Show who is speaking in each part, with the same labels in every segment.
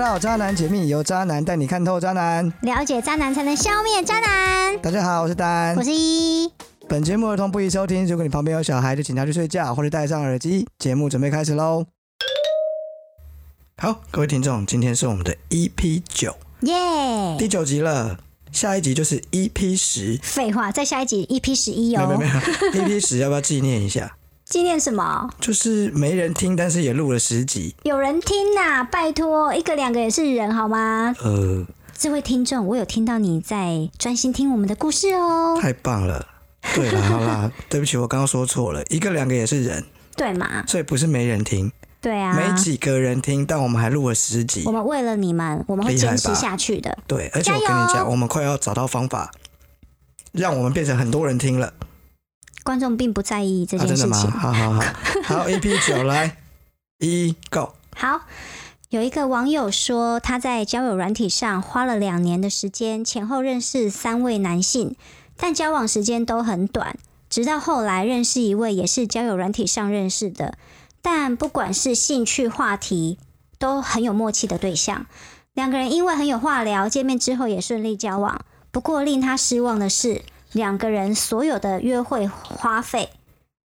Speaker 1: 好，渣男解密由渣男带你看透渣男。
Speaker 2: 了解渣男才能消灭渣男。
Speaker 1: 大家好，我是丹
Speaker 2: 我。是一，
Speaker 1: 本节目儿童不宜收听，如果你旁边有小孩，就请他去睡觉或者戴上耳机。节目准备开始喽。好，各位听众，今天是我们的 EP 九
Speaker 2: 哦耶！
Speaker 1: 第九集了，下一集就是 EP 十。
Speaker 2: 废话，再下一集 EP 十一
Speaker 1: 没有没有
Speaker 2: 哦
Speaker 1: 没。有 ，EP 十要不要纪念一下？
Speaker 2: 纪念什么？
Speaker 1: 就是没人听，但是也录了十集。
Speaker 2: 有人听呐、拜托，一个两个也是人好吗？
Speaker 1: 呃，
Speaker 2: 这位听众，我有听到你在专心听我们的故事哦，
Speaker 1: 太棒了。对了，好啦，对不起，我刚刚说错了，一个两个也是人，
Speaker 2: 对嘛？
Speaker 1: 所以不是没人听。
Speaker 2: 对啊，
Speaker 1: 没几个人听，但我们还录了十集
Speaker 2: 我。们为了你们，我们会
Speaker 1: 厉害吧
Speaker 2: 坚持下去的。
Speaker 1: 对，而且我跟你
Speaker 2: 加
Speaker 1: 讲，
Speaker 2: 油
Speaker 1: 我们快要找到方法，让我们变成很多人听了。
Speaker 2: 观众并不在意这
Speaker 1: 啊，
Speaker 2: 件
Speaker 1: 真的
Speaker 2: 事
Speaker 1: 吗？
Speaker 2: 情。
Speaker 1: 好好 好，好，EP 九来，一 Go，
Speaker 2: 好，有一个网友说，他在交友软体上花了两年的时间，前后认识三位男性，但交往时间都很短。直到后来认识一位也是交友软体上认识的，但不管是兴趣话题都很有默契的对象，两个人因为很有话聊，见面之后也顺利交往。不过令他失望的是，两个人所有的约会花费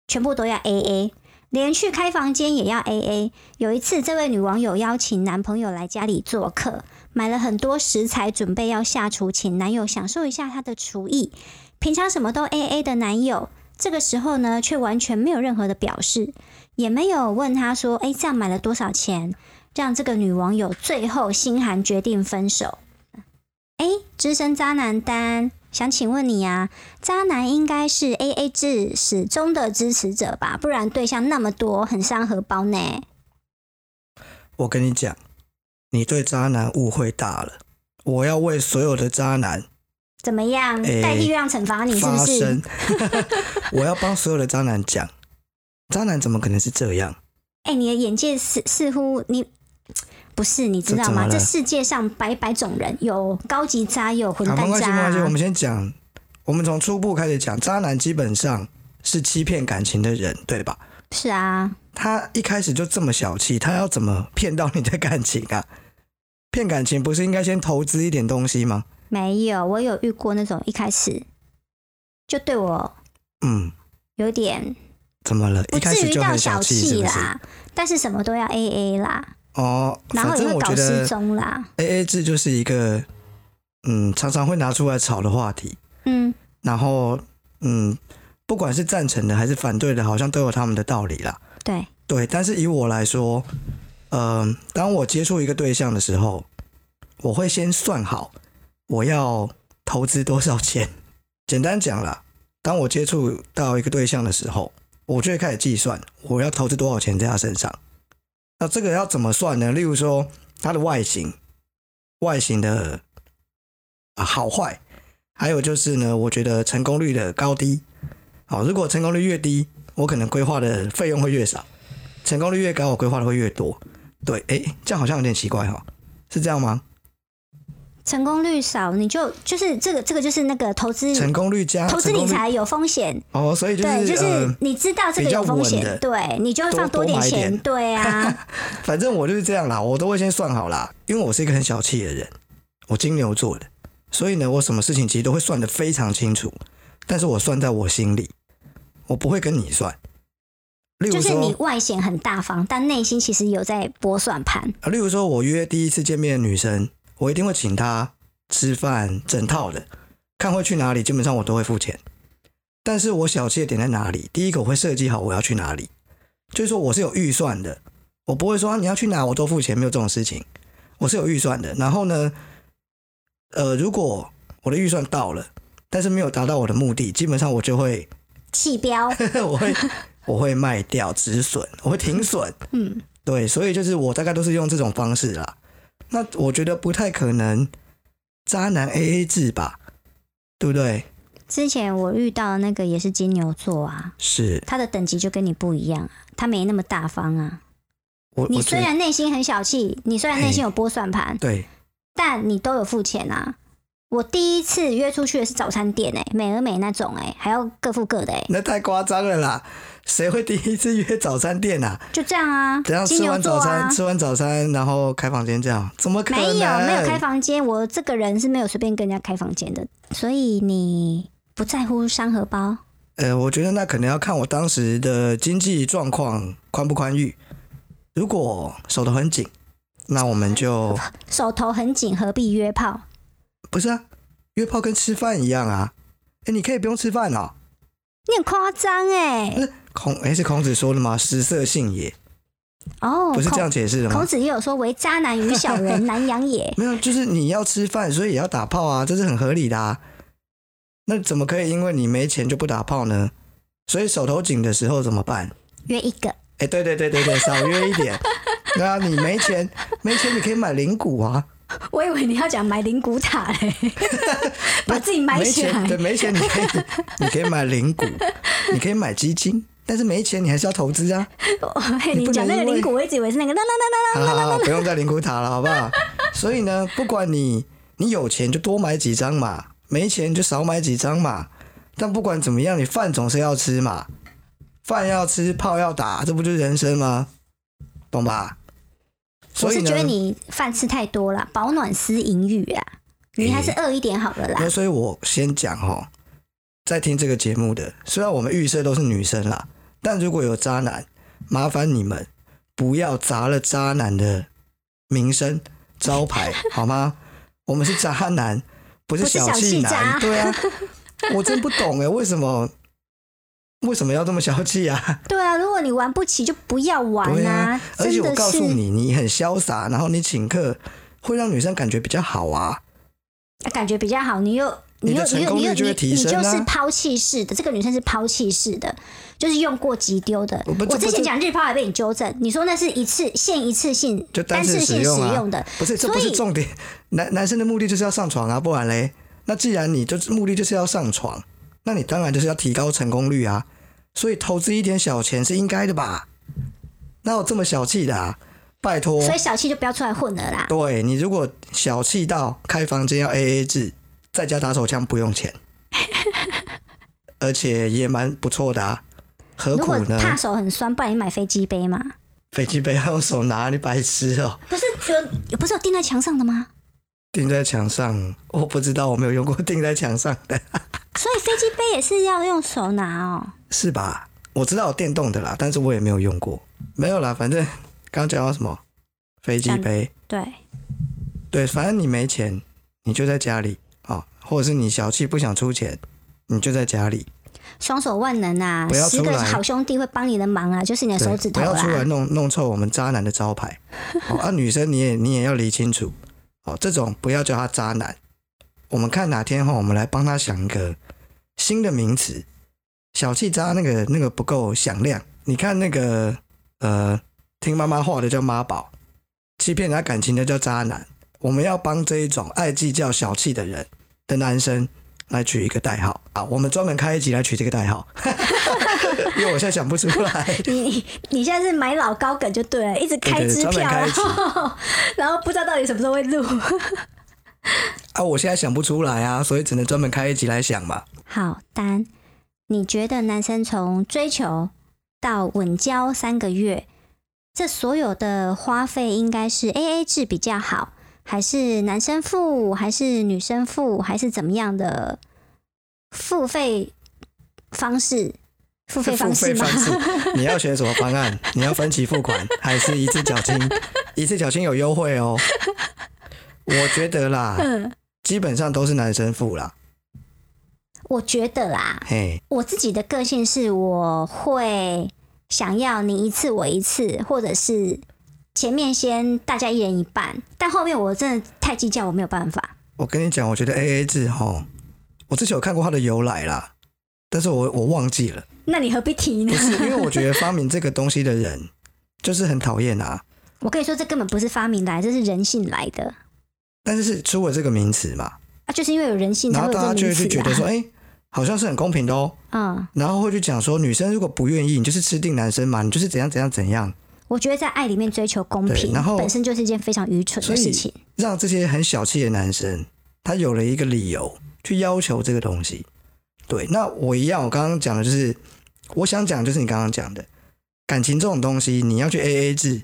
Speaker 2: 全部都要 A A，连去开房间也要 A A。有一次，这位女网友邀请男朋友来家里做客，买了很多食材，准备要下厨，请男友享受一下她的厨艺。平常什么都 A A 的男友，这个时候呢，却完全没有任何的表示，也没有问她说：“诶，这样买了多少钱？”让这个女网友最后心寒，决定分手。诶，资深渣男丹，想请问你啊，渣男应该是 A A 制始终的支持者吧？不然对象那么多，很伤荷包呢。
Speaker 1: 我跟你讲，你对渣男误会大了。我要为所有的渣男
Speaker 2: 怎么样？
Speaker 1: 诶
Speaker 2: 代替月亮惩罚你是不
Speaker 1: 发
Speaker 2: 是
Speaker 1: 声？，我要帮所有的渣男讲，渣男怎么可能是这样？
Speaker 2: 哎、你的眼界似似乎你不是，你知道吗？
Speaker 1: 这怎么了
Speaker 2: 这世界上百百种人，有高级渣，有混
Speaker 1: 好，没
Speaker 2: 蛋
Speaker 1: 关系，
Speaker 2: 渣、
Speaker 1: 没关系，我
Speaker 2: 啊。
Speaker 1: 们先讲，我们从初步开始讲，渣男基本上是欺骗感情的人，对吧？
Speaker 2: 是啊，
Speaker 1: 他一开始就这么小气，他要怎么骗到你的感情啊？ 骗感情不是应该先投资一点东西吗？
Speaker 2: 没有，我有遇过那种一开始就对我
Speaker 1: 嗯，
Speaker 2: 有点
Speaker 1: 怎么了？
Speaker 2: 不
Speaker 1: 一开
Speaker 2: 至
Speaker 1: 始
Speaker 2: 于
Speaker 1: 就
Speaker 2: 到
Speaker 1: 很
Speaker 2: 小
Speaker 1: 气，是不是？
Speaker 2: 啦，但是什么都要 A A 啦，
Speaker 1: 哦，
Speaker 2: 然后
Speaker 1: 反
Speaker 2: 也
Speaker 1: 正
Speaker 2: 会
Speaker 1: 我
Speaker 2: 搞
Speaker 1: 觉
Speaker 2: 失
Speaker 1: 得
Speaker 2: 踪啦。
Speaker 1: A A 制就是一个，嗯，常常会拿出来吵的话题。
Speaker 2: 嗯，
Speaker 1: 然后，嗯，不管是赞成的还是反对的，好像都有他们的道理啦。
Speaker 2: 对，
Speaker 1: 对，但是以我来说，嗯、当我接触一个对象的时候，我会先算好我要投资多少钱。简单讲啦，当我接触到一个对象的时候，我就会开始计算我要投资多少钱在他身上。那这个要怎么算呢？例如说他的外形，外形的、啊好坏，还有就是呢，我觉得成功率的高低。好，如果成功率越低，我可能规划的费用会越少；成功率越高，我规划的会越多。对，诶，这样好像有点奇怪哈、是这样吗？
Speaker 2: 成功率少，你就就是这个这个就是那个投资
Speaker 1: 成功率加
Speaker 2: 嗯投资
Speaker 1: 成功
Speaker 2: 理
Speaker 1: 率
Speaker 2: 财有风险，
Speaker 1: 哦，所以就是
Speaker 2: 对，就是
Speaker 1: 呃，
Speaker 2: 你知道这个
Speaker 1: 比较
Speaker 2: 有风
Speaker 1: 稳的
Speaker 2: 险，对你就会
Speaker 1: 多
Speaker 2: 放
Speaker 1: 多
Speaker 2: 点
Speaker 1: 买一
Speaker 2: 钱，
Speaker 1: 点
Speaker 2: 对 啊，
Speaker 1: 反正我就是这样啦，我都会先算好啦，因为我是一个很小气的人，我金牛座的，所以呢，我什么事情其实都会算得非常清楚，但是我算在我心里，我不会跟你算。例
Speaker 2: 就
Speaker 1: 如
Speaker 2: 是你
Speaker 1: 说，
Speaker 2: 外显很大方，但内心其实有在拨算盘，
Speaker 1: 啊，例如说，我约第一次见面的女生，我一定会请她吃饭，整套的，看会去哪里，基本上我都会付钱。但是我小气的点在哪里？第一个，我会设计好我要去哪里，就是说我是有预算的，我不会说、啊你要去哪我都付钱，没有这种事情，我是有预算的。然后呢，呃，如果我的预算到了，但是没有达到我的目的，基本上我就会，
Speaker 2: 气标，
Speaker 1: 我会，我会卖掉止损，我会停损。
Speaker 2: 嗯，
Speaker 1: 对，所以就是我大概都是用这种方式啦。那我觉得不太可能，渣男 A A 制吧，对不对？
Speaker 2: 之前我遇到的那个也是金牛座啊，
Speaker 1: 是
Speaker 2: 他的等级就跟你不一样啊，他没那么大方啊。
Speaker 1: 我，
Speaker 2: 你
Speaker 1: 我觉
Speaker 2: 虽
Speaker 1: 得
Speaker 2: 然内心很小气，你虽然内心有拨算盘，
Speaker 1: 对
Speaker 2: 但你都有付钱啊。我第一次欸约出去的是早餐店哎、美而美那种哎、还要各付各的哎、
Speaker 1: 那太夸张了啦。谁会第一次约早餐店啊？
Speaker 2: 就这样啊
Speaker 1: 等一下，
Speaker 2: 金
Speaker 1: 吃
Speaker 2: 牛
Speaker 1: 完
Speaker 2: 座
Speaker 1: 早餐，
Speaker 2: 啊。
Speaker 1: 吃完早餐然后开房间这样，怎么可能？
Speaker 2: 没有没有开房间，我这个人是没有随便跟人家开房间的，所以你不在乎伤荷包，
Speaker 1: 呃，我觉得那可能要看我当时的经济状况宽不宽裕。如果手头很紧，那我们就
Speaker 2: 手头很紧，何必约炮？
Speaker 1: 不是啊，约炮跟吃饭一样啊。哎，你可以不用吃饭哦。
Speaker 2: 你很夸张哎！
Speaker 1: 那孔哎是孔子说的吗？食色性也，
Speaker 2: 哦，
Speaker 1: 呃不是这
Speaker 2: 孔
Speaker 1: 样解释的
Speaker 2: 孔
Speaker 1: 吗？
Speaker 2: 子也有说“为渣男与小人，难养也
Speaker 1: 没有，就是你要吃饭，所以也要打炮啊，这是很合理的啊。那怎么可以因为你没钱就不打炮呢？所以手头紧的时候怎么办？”。
Speaker 2: 约一 个，
Speaker 1: 哎、对对对对 对，少约一点。对啊，你没钱，没钱你可以买零股啊。
Speaker 2: 我以为你要讲买灵骨塔嘞， 把自己埋
Speaker 1: 没
Speaker 2: 起
Speaker 1: 钱
Speaker 2: 来
Speaker 1: 对，。没钱你可以，你可以买零股，你可以买基金，但是没钱你还是要投资啊。
Speaker 2: 嘿
Speaker 1: 你
Speaker 2: 你
Speaker 1: 不
Speaker 2: 讲
Speaker 1: 能
Speaker 2: 那个
Speaker 1: 因为
Speaker 2: 灵骨，我一直以为是那个啦啦啦
Speaker 1: 好好好，不用再零股塔了，好不好？所以呢，不管你你有钱就多买几张嘛，没钱就少买几张嘛。但不管怎么样，你饭总是要吃嘛，饭要吃，炮要打，这不就是人生吗？懂吧？
Speaker 2: 我
Speaker 1: 所以
Speaker 2: 是
Speaker 1: 呢
Speaker 2: 觉得你饭吃太多了，保暖思淫欲啊，你还是饿一点好了啦。
Speaker 1: 那所以我先讲哈，在听这个节目的，虽然我们预设都是女生啦，但如果有渣男，麻烦你们不要砸了渣男的名声招牌好吗？ 我们是渣男，不是
Speaker 2: 不是小
Speaker 1: 气
Speaker 2: 气
Speaker 1: 男，
Speaker 2: 渣
Speaker 1: 对啊，我真不懂哎，为什么为什么要这么小气啊？
Speaker 2: 对啊，如果你玩不起就不要玩
Speaker 1: 对啊，而且
Speaker 2: 真
Speaker 1: 我
Speaker 2: 的
Speaker 1: 告
Speaker 2: 是
Speaker 1: 诉你，你很潇洒，然后你请客会让女生感觉比较好啊。
Speaker 2: 感觉比较好，你又。
Speaker 1: 你的
Speaker 2: 又
Speaker 1: 成
Speaker 2: 你又
Speaker 1: 功
Speaker 2: 你
Speaker 1: 率
Speaker 2: 又
Speaker 1: 就会
Speaker 2: 你
Speaker 1: 提
Speaker 2: 你
Speaker 1: 升啊
Speaker 2: 就是抛弃式的，这个女生是抛弃式的，就是用过即丢的。
Speaker 1: 我不这
Speaker 2: 我之
Speaker 1: 不
Speaker 2: 前
Speaker 1: 这
Speaker 2: 讲日抛还被你纠正，你说那是一次限一次性
Speaker 1: 就单
Speaker 2: 单
Speaker 1: 次
Speaker 2: 次
Speaker 1: 使
Speaker 2: 性使
Speaker 1: 用啊
Speaker 2: 用的，
Speaker 1: 不是，这
Speaker 2: 所
Speaker 1: 不是
Speaker 2: 以
Speaker 1: 重点。 男男生的目的就是要上床啊，不然嘞，那既然你就是目的就是要上床，那你当然就是要提高成功率啊。所以投资一点小钱是应该的吧？哪有这么小气的啊？拜托，
Speaker 2: 所以小气就不要出来混了啦。
Speaker 1: 对你如果小气到开房间要 A A 制，在家打手枪不用 钱，而且也蛮不错的啊。何
Speaker 2: 如
Speaker 1: 苦
Speaker 2: 果
Speaker 1: 呢？
Speaker 2: 怕手很酸，不然你买飞机杯嘛。
Speaker 1: 飞机杯要用手拿，你白痴哦、
Speaker 2: 不是有不是有钉在墙上的吗？
Speaker 1: 钉在墙上，我不知道，我没有用过钉在墙上的。
Speaker 2: 所以飞机杯也是要用手拿哦。
Speaker 1: 是吧？我知道有电动的啦，但是我也没有用过，没有啦。反正刚讲到什么飞机杯，
Speaker 2: 对，
Speaker 1: 对，反正你没钱，你就在家里啊、哦或者是你小气不想出钱，你就在家里，
Speaker 2: 双手万能啊，
Speaker 1: 不要
Speaker 2: 十
Speaker 1: 出来
Speaker 2: 个好兄弟会帮你的忙啊，就是你的
Speaker 1: 对
Speaker 2: 手指头
Speaker 1: 不要出来
Speaker 2: 啦。
Speaker 1: 弄弄臭我们渣男的招 牌。哦、啊，女生你也你也要理清楚哦，这种不要叫他渣男。我们看哪天哈、我们来帮他想一个新的名词，小气渣那个那个不够响亮。你看那个呃，听妈妈话的叫妈宝，欺骗人家感情的叫渣男。我们要帮这一种爱计较、小气的人的男生来取一个代号啊！我们专门开一集来取这个代 号， 因为我现在想不出来。
Speaker 2: 你你你现在是买老高梗就对了，一直开
Speaker 1: 对对
Speaker 2: 支
Speaker 1: 专门
Speaker 2: 票，
Speaker 1: 开
Speaker 2: 然
Speaker 1: 一集
Speaker 2: 后 然后不知道到底什么时候会录。
Speaker 1: 啊，我现在想不出来啊，所以只能专门开一集来想嘛。
Speaker 2: 好，丹，你觉得男生从追求到稳交三个月，这所有的花费应该是 A A 制比较好，还是男生付，还是女生付，还是怎么样的付费方式？付费方式吗？
Speaker 1: 式，你要选什么方案？你要分期付款，还是一次缴 清？一次缴清有优惠哦。我觉得啦，
Speaker 2: 嗯
Speaker 1: 基本上都是男生付啦。
Speaker 2: 我觉得啦，
Speaker 1: 嘿，
Speaker 2: 我自己的个性是我会想要你一次我一次，或者是前面先大家一人一半，但后面我真的太计较，我没有办法。
Speaker 1: 我跟你讲，我觉得 A A 制哈，我之前有看过它的由来啦，但是我我忘记了，
Speaker 2: 那你何必提呢
Speaker 1: 不？是因为我觉得发明这个东西的人 就是很讨厌啊。
Speaker 2: 我跟你说，这根本不是发明来，这是人性来的
Speaker 1: 但是是出了这个名词嘛，
Speaker 2: 啊！就是因为有人性才
Speaker 1: 然
Speaker 2: 会
Speaker 1: 后大家
Speaker 2: 有这个
Speaker 1: 就
Speaker 2: 名
Speaker 1: 会去
Speaker 2: 词
Speaker 1: 觉得说，
Speaker 2: 啊。
Speaker 1: 哎、好像是很公平的哦。
Speaker 2: 嗯，
Speaker 1: 然后会去讲说，女生如果不愿意，你就是吃定男生嘛，你就是怎样怎样怎样，
Speaker 2: 我觉得在爱里面追求公
Speaker 1: 对
Speaker 2: 平
Speaker 1: 然后，
Speaker 2: 本身就是一件非常愚蠢
Speaker 1: 所
Speaker 2: 的
Speaker 1: 以
Speaker 2: 事情。
Speaker 1: 让这些很小气的男生，他有了一个理由去要求这个东西。对，那我一样，我刚刚讲的就是我想讲就是你刚刚讲的，感情这种东西，你要去 A A 制，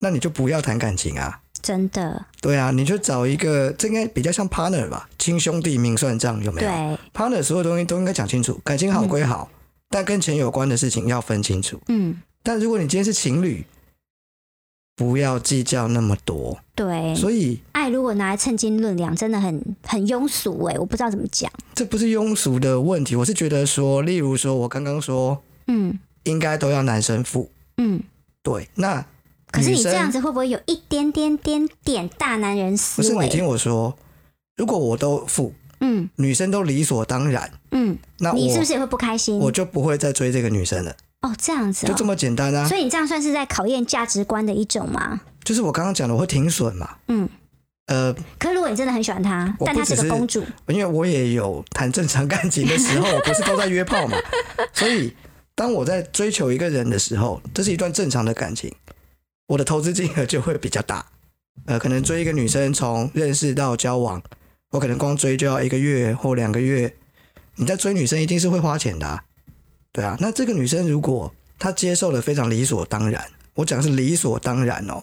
Speaker 1: 那你就不要谈感情啊。
Speaker 2: 真的，
Speaker 1: 对啊，你就找一个，这应该比较像 partner 吧，亲兄弟明算账有没有
Speaker 2: 对，
Speaker 1: ？partner 所有东西都应该讲清楚，感情好归好，但跟钱有关的事情要分清楚。
Speaker 2: 嗯，
Speaker 1: 但如果你今天是情侣，不要计较那么多。
Speaker 2: 对。
Speaker 1: 所以
Speaker 2: 爱如果拿来称斤论两，真的很很庸俗哎、我不知道怎么讲。
Speaker 1: 这不是庸俗的问题，我是觉得说，例如说我刚刚说
Speaker 2: 嗯
Speaker 1: 应该都要男生付，
Speaker 2: 嗯，
Speaker 1: 对，那
Speaker 2: 可是你
Speaker 1: 女生
Speaker 2: 这样子会不会有一点点点点大男人
Speaker 1: 不
Speaker 2: 思
Speaker 1: 是你
Speaker 2: 维？
Speaker 1: 听我说，如果我都付，
Speaker 2: 嗯
Speaker 1: 女生都理所当然，
Speaker 2: 嗯，
Speaker 1: 那我
Speaker 2: 你是不是也会不开心？
Speaker 1: 我就不会再追这个女生了，
Speaker 2: 哦，这样子、
Speaker 1: 就这
Speaker 2: 哦，
Speaker 1: 么简单啊。
Speaker 2: 所以你这样算是在考验价值观的一种吗？
Speaker 1: 就是我刚刚讲的，我会停损嘛。
Speaker 2: 嗯，
Speaker 1: 呃，
Speaker 2: 可如果你真的很喜欢他，
Speaker 1: 我
Speaker 2: 但
Speaker 1: 不
Speaker 2: 他
Speaker 1: 只
Speaker 2: 个
Speaker 1: 是
Speaker 2: 公主，
Speaker 1: 因为我也有谈正常感情的时候，我不是都在约炮嘛，所以当我在追求一个人的时候，这是一段正常的感情，我的投资金额就会比较大。呃，可能追一个女生从认识到交往，我可能光追就要一个月或两个月。你在追女生一定是会花钱的、啊，对啊。那这个女生如果她接受的非常理所当然，我讲是理所当然哦，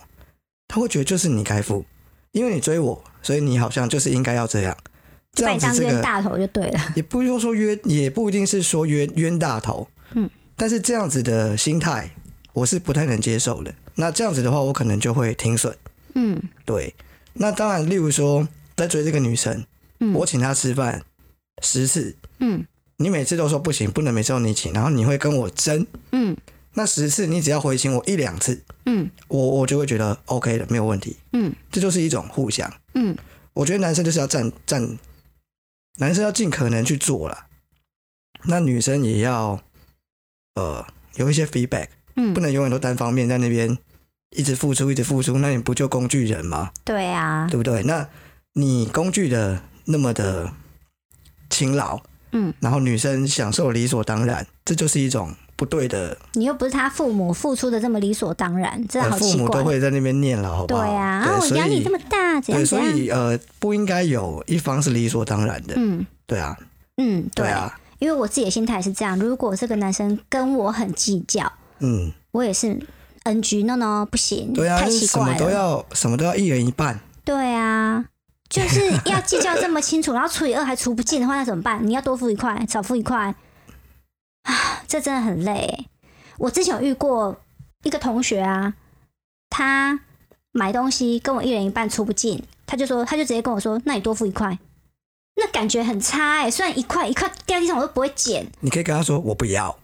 Speaker 1: 她会觉得就是你该付，因为你追我，所以你好像就是应该要这样。
Speaker 2: 就
Speaker 1: 这
Speaker 2: 把
Speaker 1: 样
Speaker 2: 你
Speaker 1: 子
Speaker 2: 当
Speaker 1: 这
Speaker 2: 冤
Speaker 1: 个
Speaker 2: 大头就对了。
Speaker 1: 也不用说冤，也不一定是说冤冤大头，
Speaker 2: 嗯，
Speaker 1: 但是这样子的心态我是不太能接受的。那这样子的话，我可能就会停损。
Speaker 2: 嗯
Speaker 1: 对，那当然，例如说在追这个女生，
Speaker 2: 嗯
Speaker 1: 我请她吃饭十次，
Speaker 2: 嗯
Speaker 1: 你每次都说不行，不能每次都你请，然后你会跟我争，
Speaker 2: 嗯
Speaker 1: 那十次你只要回请我一两次，
Speaker 2: 嗯
Speaker 1: 我我就会觉得 OK 的，没有问题。
Speaker 2: 嗯
Speaker 1: 这就是一种互相。
Speaker 2: 嗯，
Speaker 1: 我觉得男生就是要占占，男生要尽可能去做啦。那女生也要呃有一些 feedback，
Speaker 2: 嗯
Speaker 1: 不能永远都单方面在那边一直付出，一直付出，那你不就工具人吗？
Speaker 2: 对啊，
Speaker 1: 对不对？那你工具的那么的勤劳，
Speaker 2: 嗯，
Speaker 1: 然后女生享受理所当然，这就是一种不对的。
Speaker 2: 你又不是他父母付出的这么理所当然，真的
Speaker 1: 呃
Speaker 2: 好
Speaker 1: 父
Speaker 2: 奇
Speaker 1: 母
Speaker 2: 怪
Speaker 1: 都。会在那边念了，好不
Speaker 2: 对
Speaker 1: 好？
Speaker 2: 啊，啊，我
Speaker 1: 所以
Speaker 2: 养你这么大，怎样
Speaker 1: 对，
Speaker 2: 怎
Speaker 1: 所
Speaker 2: 样？
Speaker 1: 以呃，不应该有一方是理所当然的，
Speaker 2: 嗯
Speaker 1: 对啊，
Speaker 2: 嗯，
Speaker 1: 对
Speaker 2: 对，
Speaker 1: 啊，
Speaker 2: 因为我自己的心态是这样，如果这个男生跟我很计较，
Speaker 1: 嗯，
Speaker 2: 我也是 NG no no 不行，
Speaker 1: 对啊，
Speaker 2: 太
Speaker 1: 就是
Speaker 2: 奇
Speaker 1: 什么
Speaker 2: 怪
Speaker 1: 都
Speaker 2: 了。
Speaker 1: 要什么都要一人一半，
Speaker 2: 对啊，就是要计较这么清楚，然后除以二还除不尽的话，那怎么办？你要多付一块，少付一块，啊，这真的很累欸。我之前有遇过一个同学啊，他买东西跟我一人一半出不进，他就说，他就直接跟我说，那你多付一块，那感觉很差哎、虽然一块一块掉地上我都不会捡，
Speaker 1: 你可以跟他说我不要，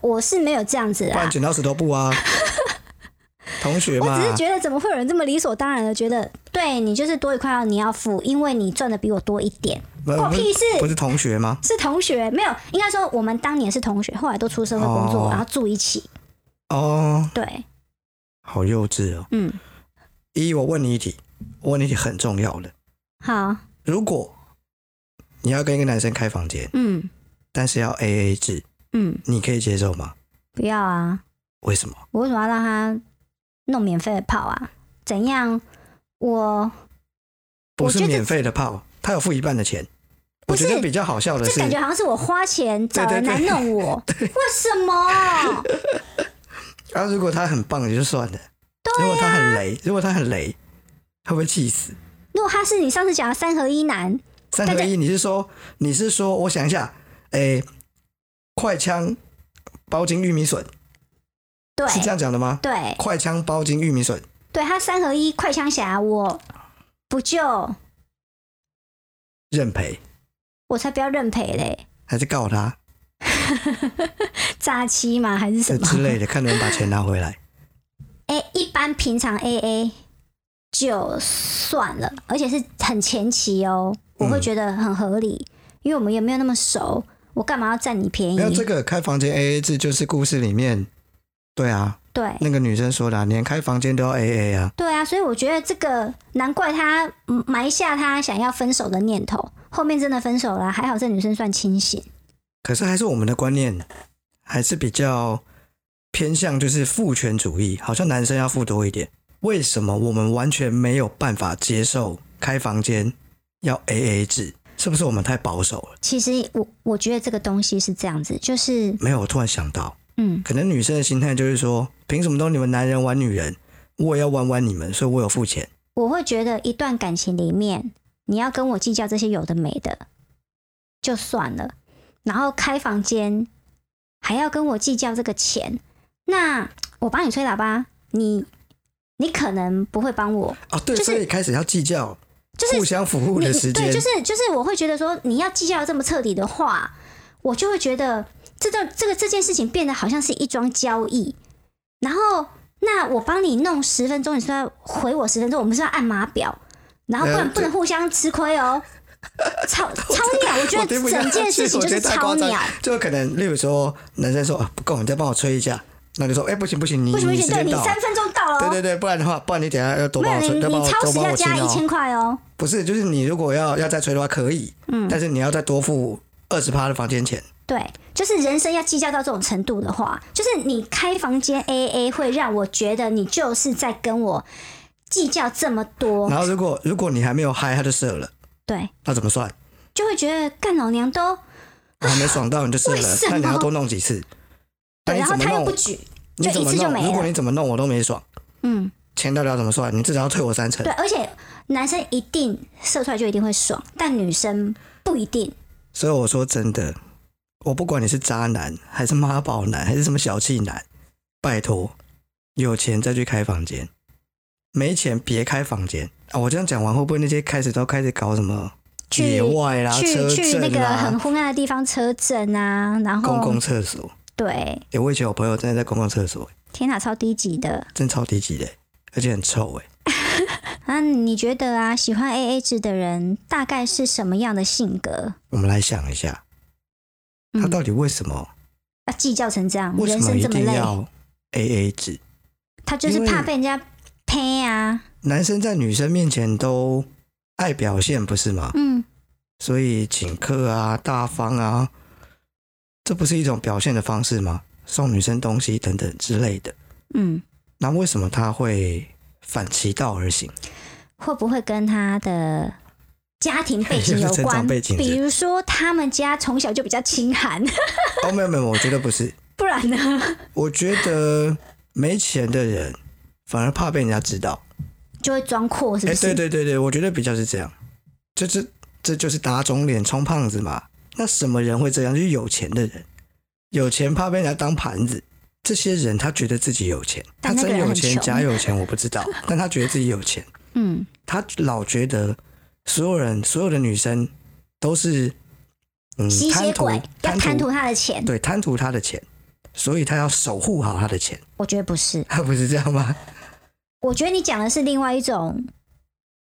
Speaker 2: 我是没有这样子
Speaker 1: 不然
Speaker 2: 啊。
Speaker 1: 剪刀石头布 啊，同学
Speaker 2: 我
Speaker 1: 嘛
Speaker 2: 只，是觉得，怎么会有人这么理所当然的觉得，对你就是多一块，你要付，因为你赚的比我多一点，
Speaker 1: 不
Speaker 2: 关我屁事
Speaker 1: 不是同学吗？
Speaker 2: 是同学，没有，应该说我们当年是同学，后来都出社会工作，
Speaker 1: 哦
Speaker 2: 然后住一起。
Speaker 1: 哦，
Speaker 2: 对，
Speaker 1: 好幼稚哦。
Speaker 2: 嗯，
Speaker 1: 一，我问你一题，我问你一题很重要的，
Speaker 2: 好，
Speaker 1: 如果你要跟一个男生开房间，
Speaker 2: 嗯
Speaker 1: 但是要 A A 制，
Speaker 2: 嗯，
Speaker 1: 你可以接受吗？
Speaker 2: 不要啊，
Speaker 1: 为什么？
Speaker 2: 我为什么要让他弄免费的泡啊？怎样？我
Speaker 1: 不
Speaker 2: 我觉
Speaker 1: 是
Speaker 2: 得
Speaker 1: 免费的泡，他有付一半的钱。我
Speaker 2: 不
Speaker 1: 觉
Speaker 2: 是
Speaker 1: 得比较好笑的
Speaker 2: 这
Speaker 1: 是
Speaker 2: 感，觉好像是我花钱找人
Speaker 1: 对
Speaker 2: 来
Speaker 1: 对对
Speaker 2: 弄我，为什么？
Speaker 1: 啊，如果他很棒也就算了，如果他很雷，如果他很雷，他会气死。
Speaker 2: 如果他是你上次讲的三合一男，
Speaker 1: 三
Speaker 2: 大
Speaker 1: 合
Speaker 2: 家
Speaker 1: 一，你是说你是说，我想一下，诶、快枪包金玉米笋
Speaker 2: 对
Speaker 1: 是这样讲的吗？
Speaker 2: 对
Speaker 1: 快枪包金玉米笋，
Speaker 2: 对，他三合一快枪侠，我不就
Speaker 1: 认赔
Speaker 2: 我才不要认赔嘞，
Speaker 1: 还是告他
Speaker 2: 诈欺吗？还是什
Speaker 1: 这
Speaker 2: 么
Speaker 1: 之类的，看能不能把钱拿回来。
Speaker 2: 哎、一般平常 A A 就算了，而且是很前期哦，我会觉得很合理，因为我们也没有那么熟，我干嘛要占 你便宜
Speaker 1: 没？有这个开房间 A A 制，就是故事里面，对啊，
Speaker 2: 对
Speaker 1: 那个女生说的、啊，连开房间都要 A A 啊。
Speaker 2: 对啊，所以我觉得这个难怪他嗯埋下他想要分手的念头，后面真的分手了，还好这女生算清醒。
Speaker 1: 可是还是我们的观念还是比较偏向就是父权主义，好像男生要付多一点。为什么我们完全没有办法接受开房间要 A A 制？是不是我们太保守了？
Speaker 2: 其实我我觉得这个东西是这样子，就是
Speaker 1: 没有，我突然想到，
Speaker 2: 嗯，
Speaker 1: 可能女生的心态就是说，凭什么都你们男人玩女人，我也要玩玩你们，所以我有付钱。
Speaker 2: 我会觉得一段感情里面，你要跟我计较这些有的没的，就算了。然后开房间还要跟我计较这个钱，那我帮你吹喇叭，你你可能不会帮我，
Speaker 1: 哦，对，
Speaker 2: 就是
Speaker 1: 所以开始要计较，
Speaker 2: 就是
Speaker 1: 互相服务的时间，
Speaker 2: 对，就是就是，我会觉得说，你要计较得这么彻底的话，我就会觉得这段这个这件事情变得好像是一桩交易。然后，那我帮你弄十分钟，你说要回我十分钟，我们是要按码表，然后不
Speaker 1: 呃
Speaker 2: 然
Speaker 1: 这
Speaker 2: 不能互相吃 亏哦。超超鸟，我觉
Speaker 1: 我
Speaker 2: 得
Speaker 1: 听不下
Speaker 2: 整件
Speaker 1: 去
Speaker 2: 事情
Speaker 1: 我
Speaker 2: 就
Speaker 1: 觉
Speaker 2: 是
Speaker 1: 得太
Speaker 2: 超
Speaker 1: 夸张
Speaker 2: 鸟。
Speaker 1: 就可能，例如说，男生说、啊、不够，你再帮我吹一下，那就说，哎、不行不行，你
Speaker 2: 不行不
Speaker 1: 你
Speaker 2: 行，
Speaker 1: 嗯时
Speaker 2: 对
Speaker 1: 间
Speaker 2: 你
Speaker 1: 到了，
Speaker 2: 三分钟到了
Speaker 1: 对
Speaker 2: 哦，
Speaker 1: 对对，不然的话，不然你等一下要多
Speaker 2: 不
Speaker 1: 帮我
Speaker 2: 然你
Speaker 1: 吹，多帮
Speaker 2: 你
Speaker 1: 我
Speaker 2: 超
Speaker 1: 多
Speaker 2: 时
Speaker 1: 帮
Speaker 2: 要
Speaker 1: 我吹
Speaker 2: 加一千
Speaker 1: 哦。
Speaker 2: 块哦。
Speaker 1: 不是，就是你如果要要再吹的话可以，
Speaker 2: 嗯
Speaker 1: 但是你要再多付二十趴的房间钱。
Speaker 2: 对，就是人生要计较到这种程度的话，就是你开房间 A A 会让我觉得你就是在跟我计较这么多，
Speaker 1: 然后如果如果你还没有嗨，他就射了，
Speaker 2: 对，
Speaker 1: 那怎么算？
Speaker 2: 就会觉得干老娘都
Speaker 1: 还没爽到你就射
Speaker 2: 为
Speaker 1: 了
Speaker 2: 什，么
Speaker 1: 那你要多弄几次？那
Speaker 2: 对，
Speaker 1: 你
Speaker 2: 然后
Speaker 1: 怎么
Speaker 2: 他又不
Speaker 1: 弄？
Speaker 2: 举，
Speaker 1: 你怎么
Speaker 2: 就一次就没
Speaker 1: 弄？
Speaker 2: 了
Speaker 1: 如果你怎么弄我都没爽，
Speaker 2: 嗯，
Speaker 1: 钱到底要怎么算？你至少要退我三成
Speaker 2: 对，。而且男生一定射出来就一定会爽，但女生不一定，
Speaker 1: 所以我说真的，我不管你是渣男还是妈宝男还是什么小气男，拜托，有钱再去开房间，没钱别开房间啊！我这样讲完，会不会那些开始都开始搞什
Speaker 2: 哦
Speaker 1: 么
Speaker 2: 去
Speaker 1: 野外啦、
Speaker 2: 去
Speaker 1: 车
Speaker 2: 去那
Speaker 1: 震
Speaker 2: 个很
Speaker 1: 啦、
Speaker 2: 昏暗的地方车震啊，然后
Speaker 1: 公共厕所？
Speaker 2: 对，
Speaker 1: 诶，我以前有朋友真的在公共厕所，
Speaker 2: 天哪，超低级的。
Speaker 1: 真超低级的，而且很臭哎。
Speaker 2: 那你觉得啊，喜欢 A A 制的人大概是什么样的性格？
Speaker 1: 我们来想一下，
Speaker 2: 嗯
Speaker 1: 他到底为什么、
Speaker 2: 要计较成这样，
Speaker 1: 为什
Speaker 2: 人
Speaker 1: 么
Speaker 2: 生
Speaker 1: 一
Speaker 2: 这么
Speaker 1: 定
Speaker 2: 累，
Speaker 1: 要 A A 制？
Speaker 2: 他就是
Speaker 1: 因为
Speaker 2: 怕被人家呸啊，
Speaker 1: 男生在女生面前都爱表现，不是吗？
Speaker 2: 嗯，
Speaker 1: 所以请客啊、大方啊，这不是一种表现的方式吗？送女生东西等等之类的。
Speaker 2: 嗯，
Speaker 1: 那为什么他会反其道而行？
Speaker 2: 会不会跟他的家庭背景
Speaker 1: 又
Speaker 2: 有
Speaker 1: 是成
Speaker 2: 关？
Speaker 1: 长背景是
Speaker 2: 比如说他们家从小就比较清寒，
Speaker 1: 哦，没有没有，我觉得不是。
Speaker 2: 不然呢？
Speaker 1: 我觉得没钱的人反而怕被人家知道。
Speaker 2: 就会装阔，是
Speaker 1: 哎、
Speaker 2: 不是？
Speaker 1: 对对对对，我觉得比较是这样，这这这就是打肿脸充胖子嘛。那什么人会这样？就是有钱的人，有钱怕被人家当盘子。这些人他觉得自己有钱，他
Speaker 2: 但那个
Speaker 1: 真
Speaker 2: 人
Speaker 1: 有
Speaker 2: 很
Speaker 1: 钱
Speaker 2: 穷
Speaker 1: 假有钱我不知 道，但他觉得自己有钱，
Speaker 2: 嗯，
Speaker 1: 他老觉得所有人所有的女生都是嗯
Speaker 2: 吸
Speaker 1: 贪
Speaker 2: 血
Speaker 1: 图
Speaker 2: 鬼要贪图他的钱，
Speaker 1: 对贪图他的钱，所以他要守护好他的钱，
Speaker 2: 我觉得不是。
Speaker 1: 他不是这样吗？
Speaker 2: 我觉得你讲的是另外一种，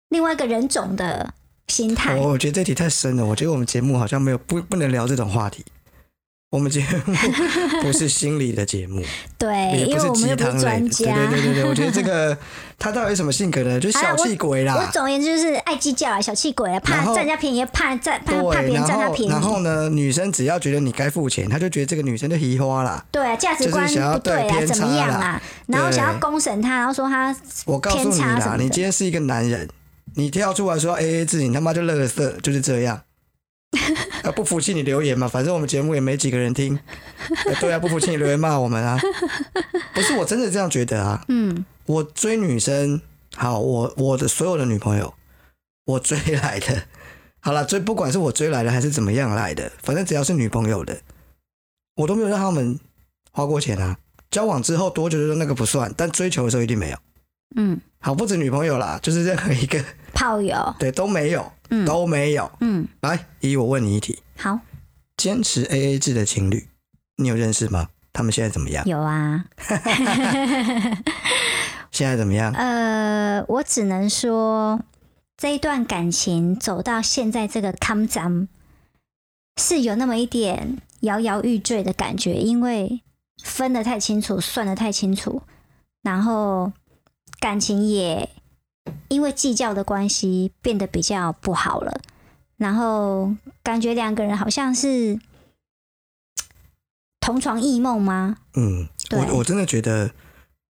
Speaker 2: 另外一个人种的心态。
Speaker 1: 我我觉得这题太深了，我觉得我们节目好像没有不不能聊这种话题。我们节目 不是心理的节目，
Speaker 2: 对，
Speaker 1: 也
Speaker 2: 哎因
Speaker 1: 不
Speaker 2: 为我们
Speaker 1: 鸡
Speaker 2: 又不
Speaker 1: 汤
Speaker 2: 是
Speaker 1: 类
Speaker 2: 专
Speaker 1: 的。对
Speaker 2: 家。
Speaker 1: 对对对对，我觉得这 个他到底什么性格呢？就是
Speaker 2: 好
Speaker 1: 小
Speaker 2: 啦
Speaker 1: 气鬼
Speaker 2: 我
Speaker 1: 啦。
Speaker 2: 总而言之就是爱计较啊，小气鬼啊，
Speaker 1: 然
Speaker 2: 怕
Speaker 1: 后
Speaker 2: 占人家便宜，怕占怕哎怕
Speaker 1: 对，
Speaker 2: 别人
Speaker 1: 然
Speaker 2: 占他
Speaker 1: 后
Speaker 2: 便
Speaker 1: 然
Speaker 2: 宜。
Speaker 1: 后呢，女生只要觉得你该付钱，他就觉得这个女生就移花啦。
Speaker 2: 对啊，价值观
Speaker 1: 就是想要
Speaker 2: 不对
Speaker 1: 对
Speaker 2: 啊，
Speaker 1: 偏
Speaker 2: 怎么
Speaker 1: 差
Speaker 2: 样
Speaker 1: 啦
Speaker 2: 啊？然后想要
Speaker 1: 对
Speaker 2: 公审他，然后说他
Speaker 1: 我告诉你
Speaker 2: 偏差什
Speaker 1: 啦
Speaker 2: 么，的
Speaker 1: 你今天是一个男人，你跳出来说 A A 制，你他妈就乐色，就是这 样。啊，不服气你留言嘛，反正我们节目也没几个人听。啊对啊，不服气你留言骂我们啊。不是，我真的这样觉得啊。
Speaker 2: 嗯，
Speaker 1: 我追女生，好，我我的所有的女朋友，我追来的，好了，追不管是我追来的还是怎么样来的，反正只要是女朋友的，我都没有让他们花过钱啊。交往之后多久就那个不算，但追求的时候一定没有。
Speaker 2: 嗯，
Speaker 1: 好，不止女朋友啦，就是任何一个，
Speaker 2: 炮友，
Speaker 1: 对，都没有，
Speaker 2: 嗯
Speaker 1: 都没有。
Speaker 2: 嗯，
Speaker 1: 来，依依我问你一题：
Speaker 2: 好，
Speaker 1: 坚持 A A 制的情侣，你有认识吗？他们现在怎么样？
Speaker 2: 有啊，
Speaker 1: 现在怎么样？
Speaker 2: 呃，我只能说这一段感情走到现在这个康章，是有那么一点摇摇欲坠的感觉，因为分得太清楚，算得太清楚，然后感情也因为计较的关系变得比较不好了，然后感觉两个人好像是同床异梦吗？
Speaker 1: 嗯，
Speaker 2: 对
Speaker 1: 我我真的觉得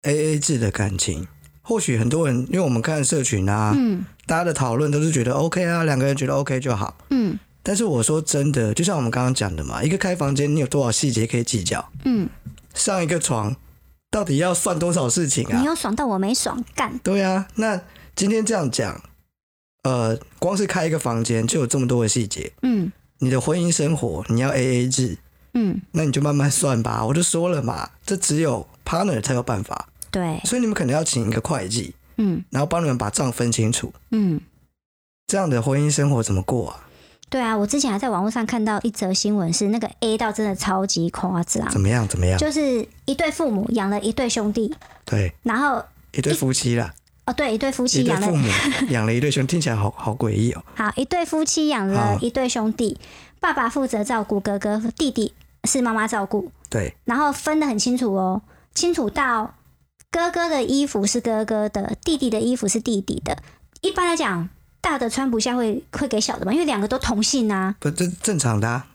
Speaker 1: A A 制的感情，或许很多人因为我们看社群啊、
Speaker 2: 嗯，
Speaker 1: 大家的讨论都是觉得 OK 啊，两个人觉得 OK 就好。
Speaker 2: 嗯
Speaker 1: 但是我说真的，就像我们刚刚讲的嘛，一个开房间你有多少细节可以计较？
Speaker 2: 嗯，
Speaker 1: 上一个床到底要算多少事情
Speaker 2: 你
Speaker 1: 啊？
Speaker 2: 有爽到我没爽，干，
Speaker 1: 对啊，那今天这样讲，呃，光是开一个房间就有这么多的细节。
Speaker 2: 嗯
Speaker 1: 你的婚姻生活你要 A A 制，
Speaker 2: 嗯，
Speaker 1: 那你就慢慢算吧。我就说了嘛，这只有 partner 才有办法，
Speaker 2: 对，
Speaker 1: 所以你们可能要请一个会计，
Speaker 2: 嗯
Speaker 1: 然后帮你们把账分清楚。
Speaker 2: 嗯。
Speaker 1: 这样的婚姻生活怎么过啊？
Speaker 2: 对啊，我之前还在网络上看到一则新闻，是那个 A 到真的超级夸张，
Speaker 1: 怎么样？怎么样？
Speaker 2: 就是一对父母养了一对兄弟，
Speaker 1: 对，
Speaker 2: 然后
Speaker 1: 一对夫妻啦，
Speaker 2: 哦对，一对夫妻
Speaker 1: 一对
Speaker 2: 养了
Speaker 1: 父母养了一对兄，弟，听起来好好诡异哦。
Speaker 2: 好一对夫妻养了
Speaker 1: 好
Speaker 2: 一对兄弟，爸爸负责照顾哥哥，弟弟是妈妈照顾，
Speaker 1: 对，
Speaker 2: 然后分得很清楚哦，清楚到哥哥的衣服是哥哥的，弟弟的衣服是弟弟的。一般来讲，大的穿不下会会给小的嘛，因为两个都同性啊。
Speaker 1: 不，这正常的、啊。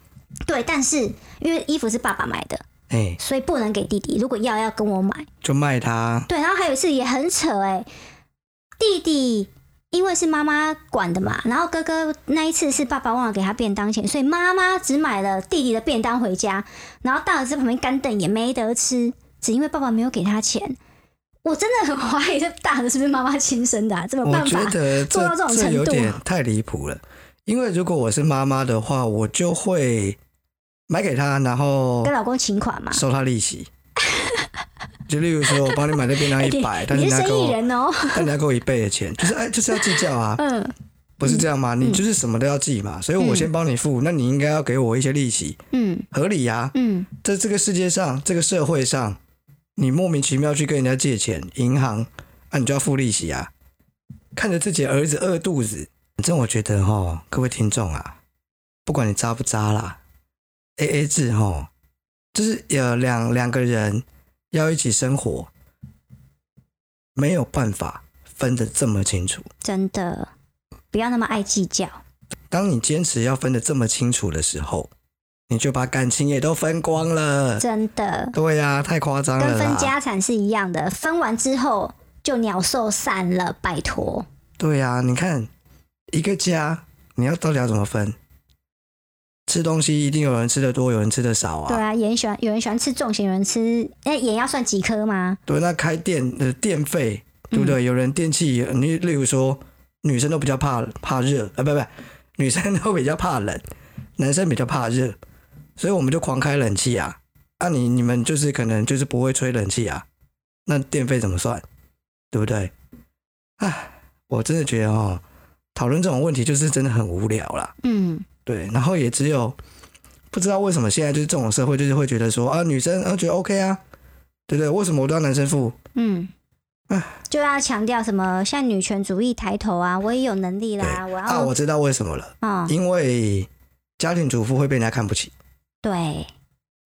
Speaker 2: 对，但是因为衣服是爸爸买的，
Speaker 1: 哎、
Speaker 2: 所以不能给弟弟。如果要，要跟我买。
Speaker 1: 就卖啊他。
Speaker 2: 对，然后还有一次也很扯哎、弟弟因为是妈妈管的嘛，然后哥哥那一次是爸爸忘了给他便当钱，所以妈妈只买了弟弟的便当回家，然后大儿子在旁边干等也没得吃，只因为爸爸没有给他钱。我真的很怀疑这大的是不是妈妈亲生的、啊，这没
Speaker 1: 我
Speaker 2: 办
Speaker 1: 觉
Speaker 2: 法。
Speaker 1: 得
Speaker 2: 做到这
Speaker 1: 这
Speaker 2: 种
Speaker 1: 这
Speaker 2: 程
Speaker 1: 有
Speaker 2: 度啊
Speaker 1: 点太离谱了，因为如果我是妈妈的话，我就会买给他，然后
Speaker 2: 跟老公请款嘛，
Speaker 1: 收他利息。就例如说，我帮你买那便当
Speaker 2: 哎
Speaker 1: 一
Speaker 2: 你
Speaker 1: 百，但
Speaker 2: 你
Speaker 1: 你
Speaker 2: 是
Speaker 1: 要给
Speaker 2: 生意
Speaker 1: 我，
Speaker 2: 人哦，
Speaker 1: 但你要给我一倍的钱，就是哎，就是要计较啊，
Speaker 2: 嗯
Speaker 1: 不是这样吗？你就是什么都要计嘛，所以我先帮你付，那你应该要给我一些利息，
Speaker 2: 嗯
Speaker 1: 合理呀、
Speaker 2: 嗯，
Speaker 1: 在这个世界上，这个社会上，你莫名其妙去跟人家借钱，银行啊，你就要付利息啊。看着自己儿子饿肚子，反正我觉得哈，各位听众啊，不管你渣不渣啦，A A 制哈，就是有两两个人要一起生活，没有办法分得这么清楚。
Speaker 2: 真的不要那么爱计较。
Speaker 1: 当你坚持要分得这么清楚的时候，你就把感情也都分光了。
Speaker 2: 真的
Speaker 1: 对呀、太夸张了啦。
Speaker 2: 跟分家产是一样的，分完之后就鸟兽散了，拜托。
Speaker 1: 对呀、你看一个家，你要到底要怎么分？吃东西一定有人吃的多，有人吃的少
Speaker 2: 对
Speaker 1: 啊。
Speaker 2: 啊，盐喜欢有人喜欢吃重咸，有人吃哎盐要算几颗吗？
Speaker 1: 对，那开店的电费，对不对？有人电器，你例如说女生都比较怕怕热，啊，不不，女生都比较怕冷，男生比较怕热，所以我们就狂开冷气啊。啊你，你们就是可能就是不会吹冷气啊，那电费怎么算？对不对？唉，我真的觉得哦，讨论这种问题就是真的很无聊啦。
Speaker 2: 嗯，
Speaker 1: 对，然后也只有不知道为什么现在就是这种社会，就是会觉得说啊，女生啊觉得 OK 啊，对不对？为什么我都要男生付？
Speaker 2: 嗯，就要强调什么像女权主义抬头啊，我也有能力
Speaker 1: 对
Speaker 2: 啦，我
Speaker 1: 啊，
Speaker 2: 要
Speaker 1: 我知道为什么了，
Speaker 2: 啊、
Speaker 1: 因为家庭主妇会被人家看不起。
Speaker 2: 对，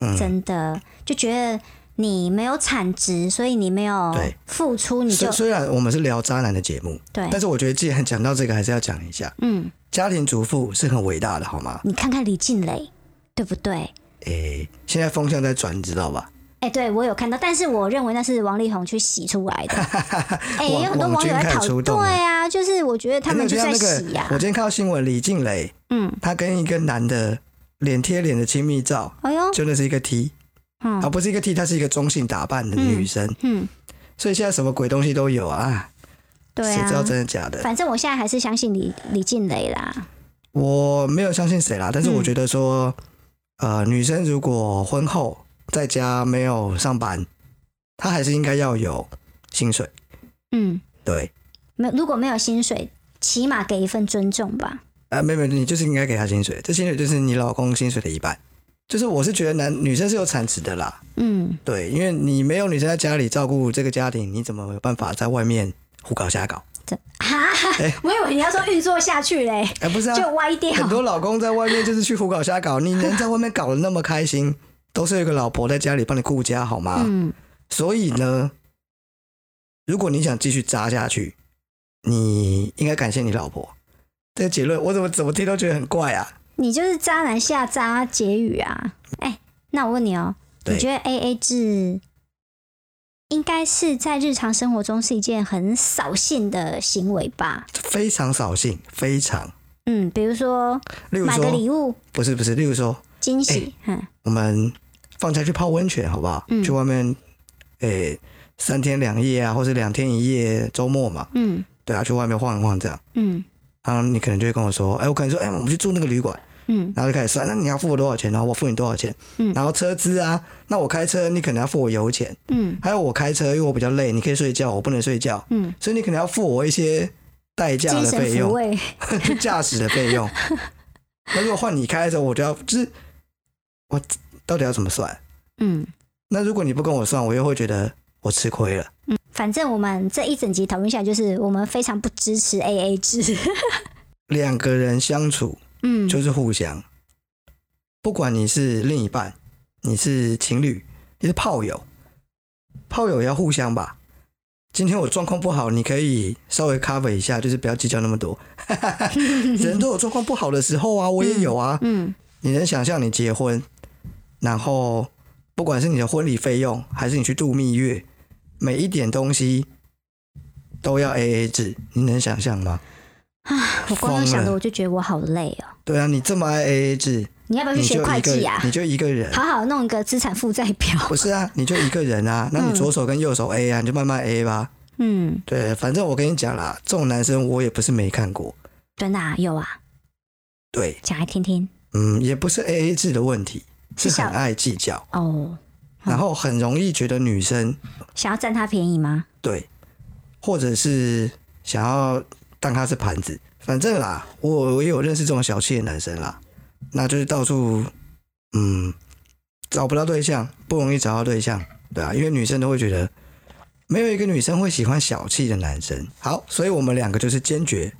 Speaker 1: 嗯，
Speaker 2: 真的就觉得你没有产值，所以你没有
Speaker 1: 对
Speaker 2: 付出，你就
Speaker 1: 虽虽然我们是聊渣男的节目，
Speaker 2: 对，
Speaker 1: 但是我觉得既然讲到这个，还是要讲一下，
Speaker 2: 嗯，
Speaker 1: 家庭主妇是很伟大的，好吗？
Speaker 2: 你看看李静蕾，对不对？
Speaker 1: 诶，现在风向在转，你知道吧？
Speaker 2: 哎、对我有看到，但是我认为那是王力宏去洗出来的。 哎、也有很多
Speaker 1: 网
Speaker 2: 网
Speaker 1: 军
Speaker 2: 友在
Speaker 1: 开始
Speaker 2: 讨
Speaker 1: 出动
Speaker 2: 对
Speaker 1: 了
Speaker 2: 啊，就是我觉得他
Speaker 1: 诶
Speaker 2: 们就在
Speaker 1: 那像
Speaker 2: 洗
Speaker 1: 那
Speaker 2: 呀、
Speaker 1: 个，我今天看到新闻，李静蕾
Speaker 2: 嗯，
Speaker 1: 她跟一个男的脸贴脸的亲密照，
Speaker 2: 哎呦，
Speaker 1: 真的是一个 T。啊，
Speaker 2: 嗯
Speaker 1: 不是一个 T，她是一个中性打扮的女生，
Speaker 2: 嗯，
Speaker 1: 所以现在什么鬼东西都有啊，
Speaker 2: 对
Speaker 1: 谁知道
Speaker 2: 啊，
Speaker 1: 真的假的？
Speaker 2: 反正我现在还是相信李李静蕾啦。
Speaker 1: 我没有相信谁啦，但是我觉得说，呃，女生如果婚后在家没有上班，她还是应该要有薪水，
Speaker 2: 嗯，
Speaker 1: 对，
Speaker 2: 没有如果没有薪水，起码给一份尊重吧。
Speaker 1: 啊，没有没有，你就是应该给她薪水，这薪水就是你老公薪水的一半，就是我是觉得男女生是有产值的啦，
Speaker 2: 嗯，
Speaker 1: 对，因为你没有女生在家里照顾这个家庭，你怎么有办法在外面胡搞瞎搞？
Speaker 2: 这哈，
Speaker 1: 哎
Speaker 2: 我以为你要说运作下去嘞，
Speaker 1: 哎、不是啊，
Speaker 2: 就歪 掉。
Speaker 1: 很多老公在外面就是去胡搞瞎搞，你能在外面搞得那么开心，都是有一个老婆在家里帮你顾家，好吗？
Speaker 2: 嗯，
Speaker 1: 所以呢，如果你想继续渣下去，你应该感谢你老婆。这个结论我怎么怎么听都觉得很怪啊。
Speaker 2: 你就是渣男下渣结语啊。哎、那我问你哦、
Speaker 1: 对
Speaker 2: 你觉得 A A 制应该是在日常生活中是一件很扫兴的行为吧？
Speaker 1: 非常扫兴，非常。
Speaker 2: 嗯，比如说
Speaker 1: 例如
Speaker 2: 买个
Speaker 1: 说，哎
Speaker 2: 礼物
Speaker 1: 不是不是，例如说，
Speaker 2: 惊喜，嗯
Speaker 1: 我们放假去泡温泉好不好？
Speaker 2: 嗯
Speaker 1: 去外面，诶、三天两夜啊，或是两天一夜，周末嘛，
Speaker 2: 嗯
Speaker 1: 对啊，去外面晃一晃这样。
Speaker 2: 嗯
Speaker 1: 然后你可能就会跟我说，哎、我可能说，哎、我们去住那个旅馆，
Speaker 2: 嗯
Speaker 1: 然后就开始算，那你要付我多少钱？然后我付你多少钱？
Speaker 2: 嗯
Speaker 1: 然后车资啊，那我开车，你可能要付我油钱，
Speaker 2: 嗯
Speaker 1: 还有我开车，因为我比较累，你可以睡觉，我不能睡觉，
Speaker 2: 嗯，
Speaker 1: 所以你可能要付我一些代驾
Speaker 2: 精
Speaker 1: 的
Speaker 2: 神
Speaker 1: 费
Speaker 2: 抚
Speaker 1: 用。
Speaker 2: 慰，
Speaker 1: 驾驶的费用。那如果换你开的时候，我就要就是我到底要怎么算？
Speaker 2: 嗯。
Speaker 1: 那如果你不跟我算，我又会觉得我吃亏了。
Speaker 2: 反正我们这一整集讨论下来，就是我们非常不支持 AA 制。
Speaker 1: 两个人相处
Speaker 2: 嗯，
Speaker 1: 就是互相，不管你是另一半，你是情侣，你是炮友，炮友也要互相吧。今天我状况不好，你可以稍微 cover 一下，就是不要计较那么 多。人都有状况不好的时候啊，我也有啊。
Speaker 2: 嗯
Speaker 1: 你能想象你结婚，然后不管是你的婚礼费用，还是你去度蜜月，每一点东西都要 A A 制，你能想象吗？
Speaker 2: 啊，我
Speaker 1: 疯
Speaker 2: 光
Speaker 1: 了
Speaker 2: 用想的我就觉得我好累哦。
Speaker 1: 对啊，你这么爱 A A 制，
Speaker 2: 你要不要去
Speaker 1: 你
Speaker 2: 学
Speaker 1: 就
Speaker 2: 会
Speaker 1: 一个
Speaker 2: 计
Speaker 1: 人，
Speaker 2: 啊？
Speaker 1: 你就一个人，
Speaker 2: 好好弄一个资产负债表。
Speaker 1: 不是啊，你就一个人啊，那你左手跟右手 A 啊，你就慢慢 A 吧。
Speaker 2: 嗯，
Speaker 1: 对，反正我跟你讲啦，这种男生我也不是没看过。
Speaker 2: 真的啊，有啊，
Speaker 1: 对，
Speaker 2: 讲来听听
Speaker 1: 嗯，也不是 A A 制的问题，是
Speaker 2: 是小
Speaker 1: 很爱计较，
Speaker 2: 哦。
Speaker 1: 然后很容易觉得女生
Speaker 2: 想要占他便宜吗？
Speaker 1: 对，或者是想要当他是盘子，反正啦，我我也有认识这种小气的男生啦，那就是到处嗯找不到对象，不容易找到对象，对啊，因为女生都会觉得没有一个女生会喜欢小气的男生。好，所以我们两个就是坚决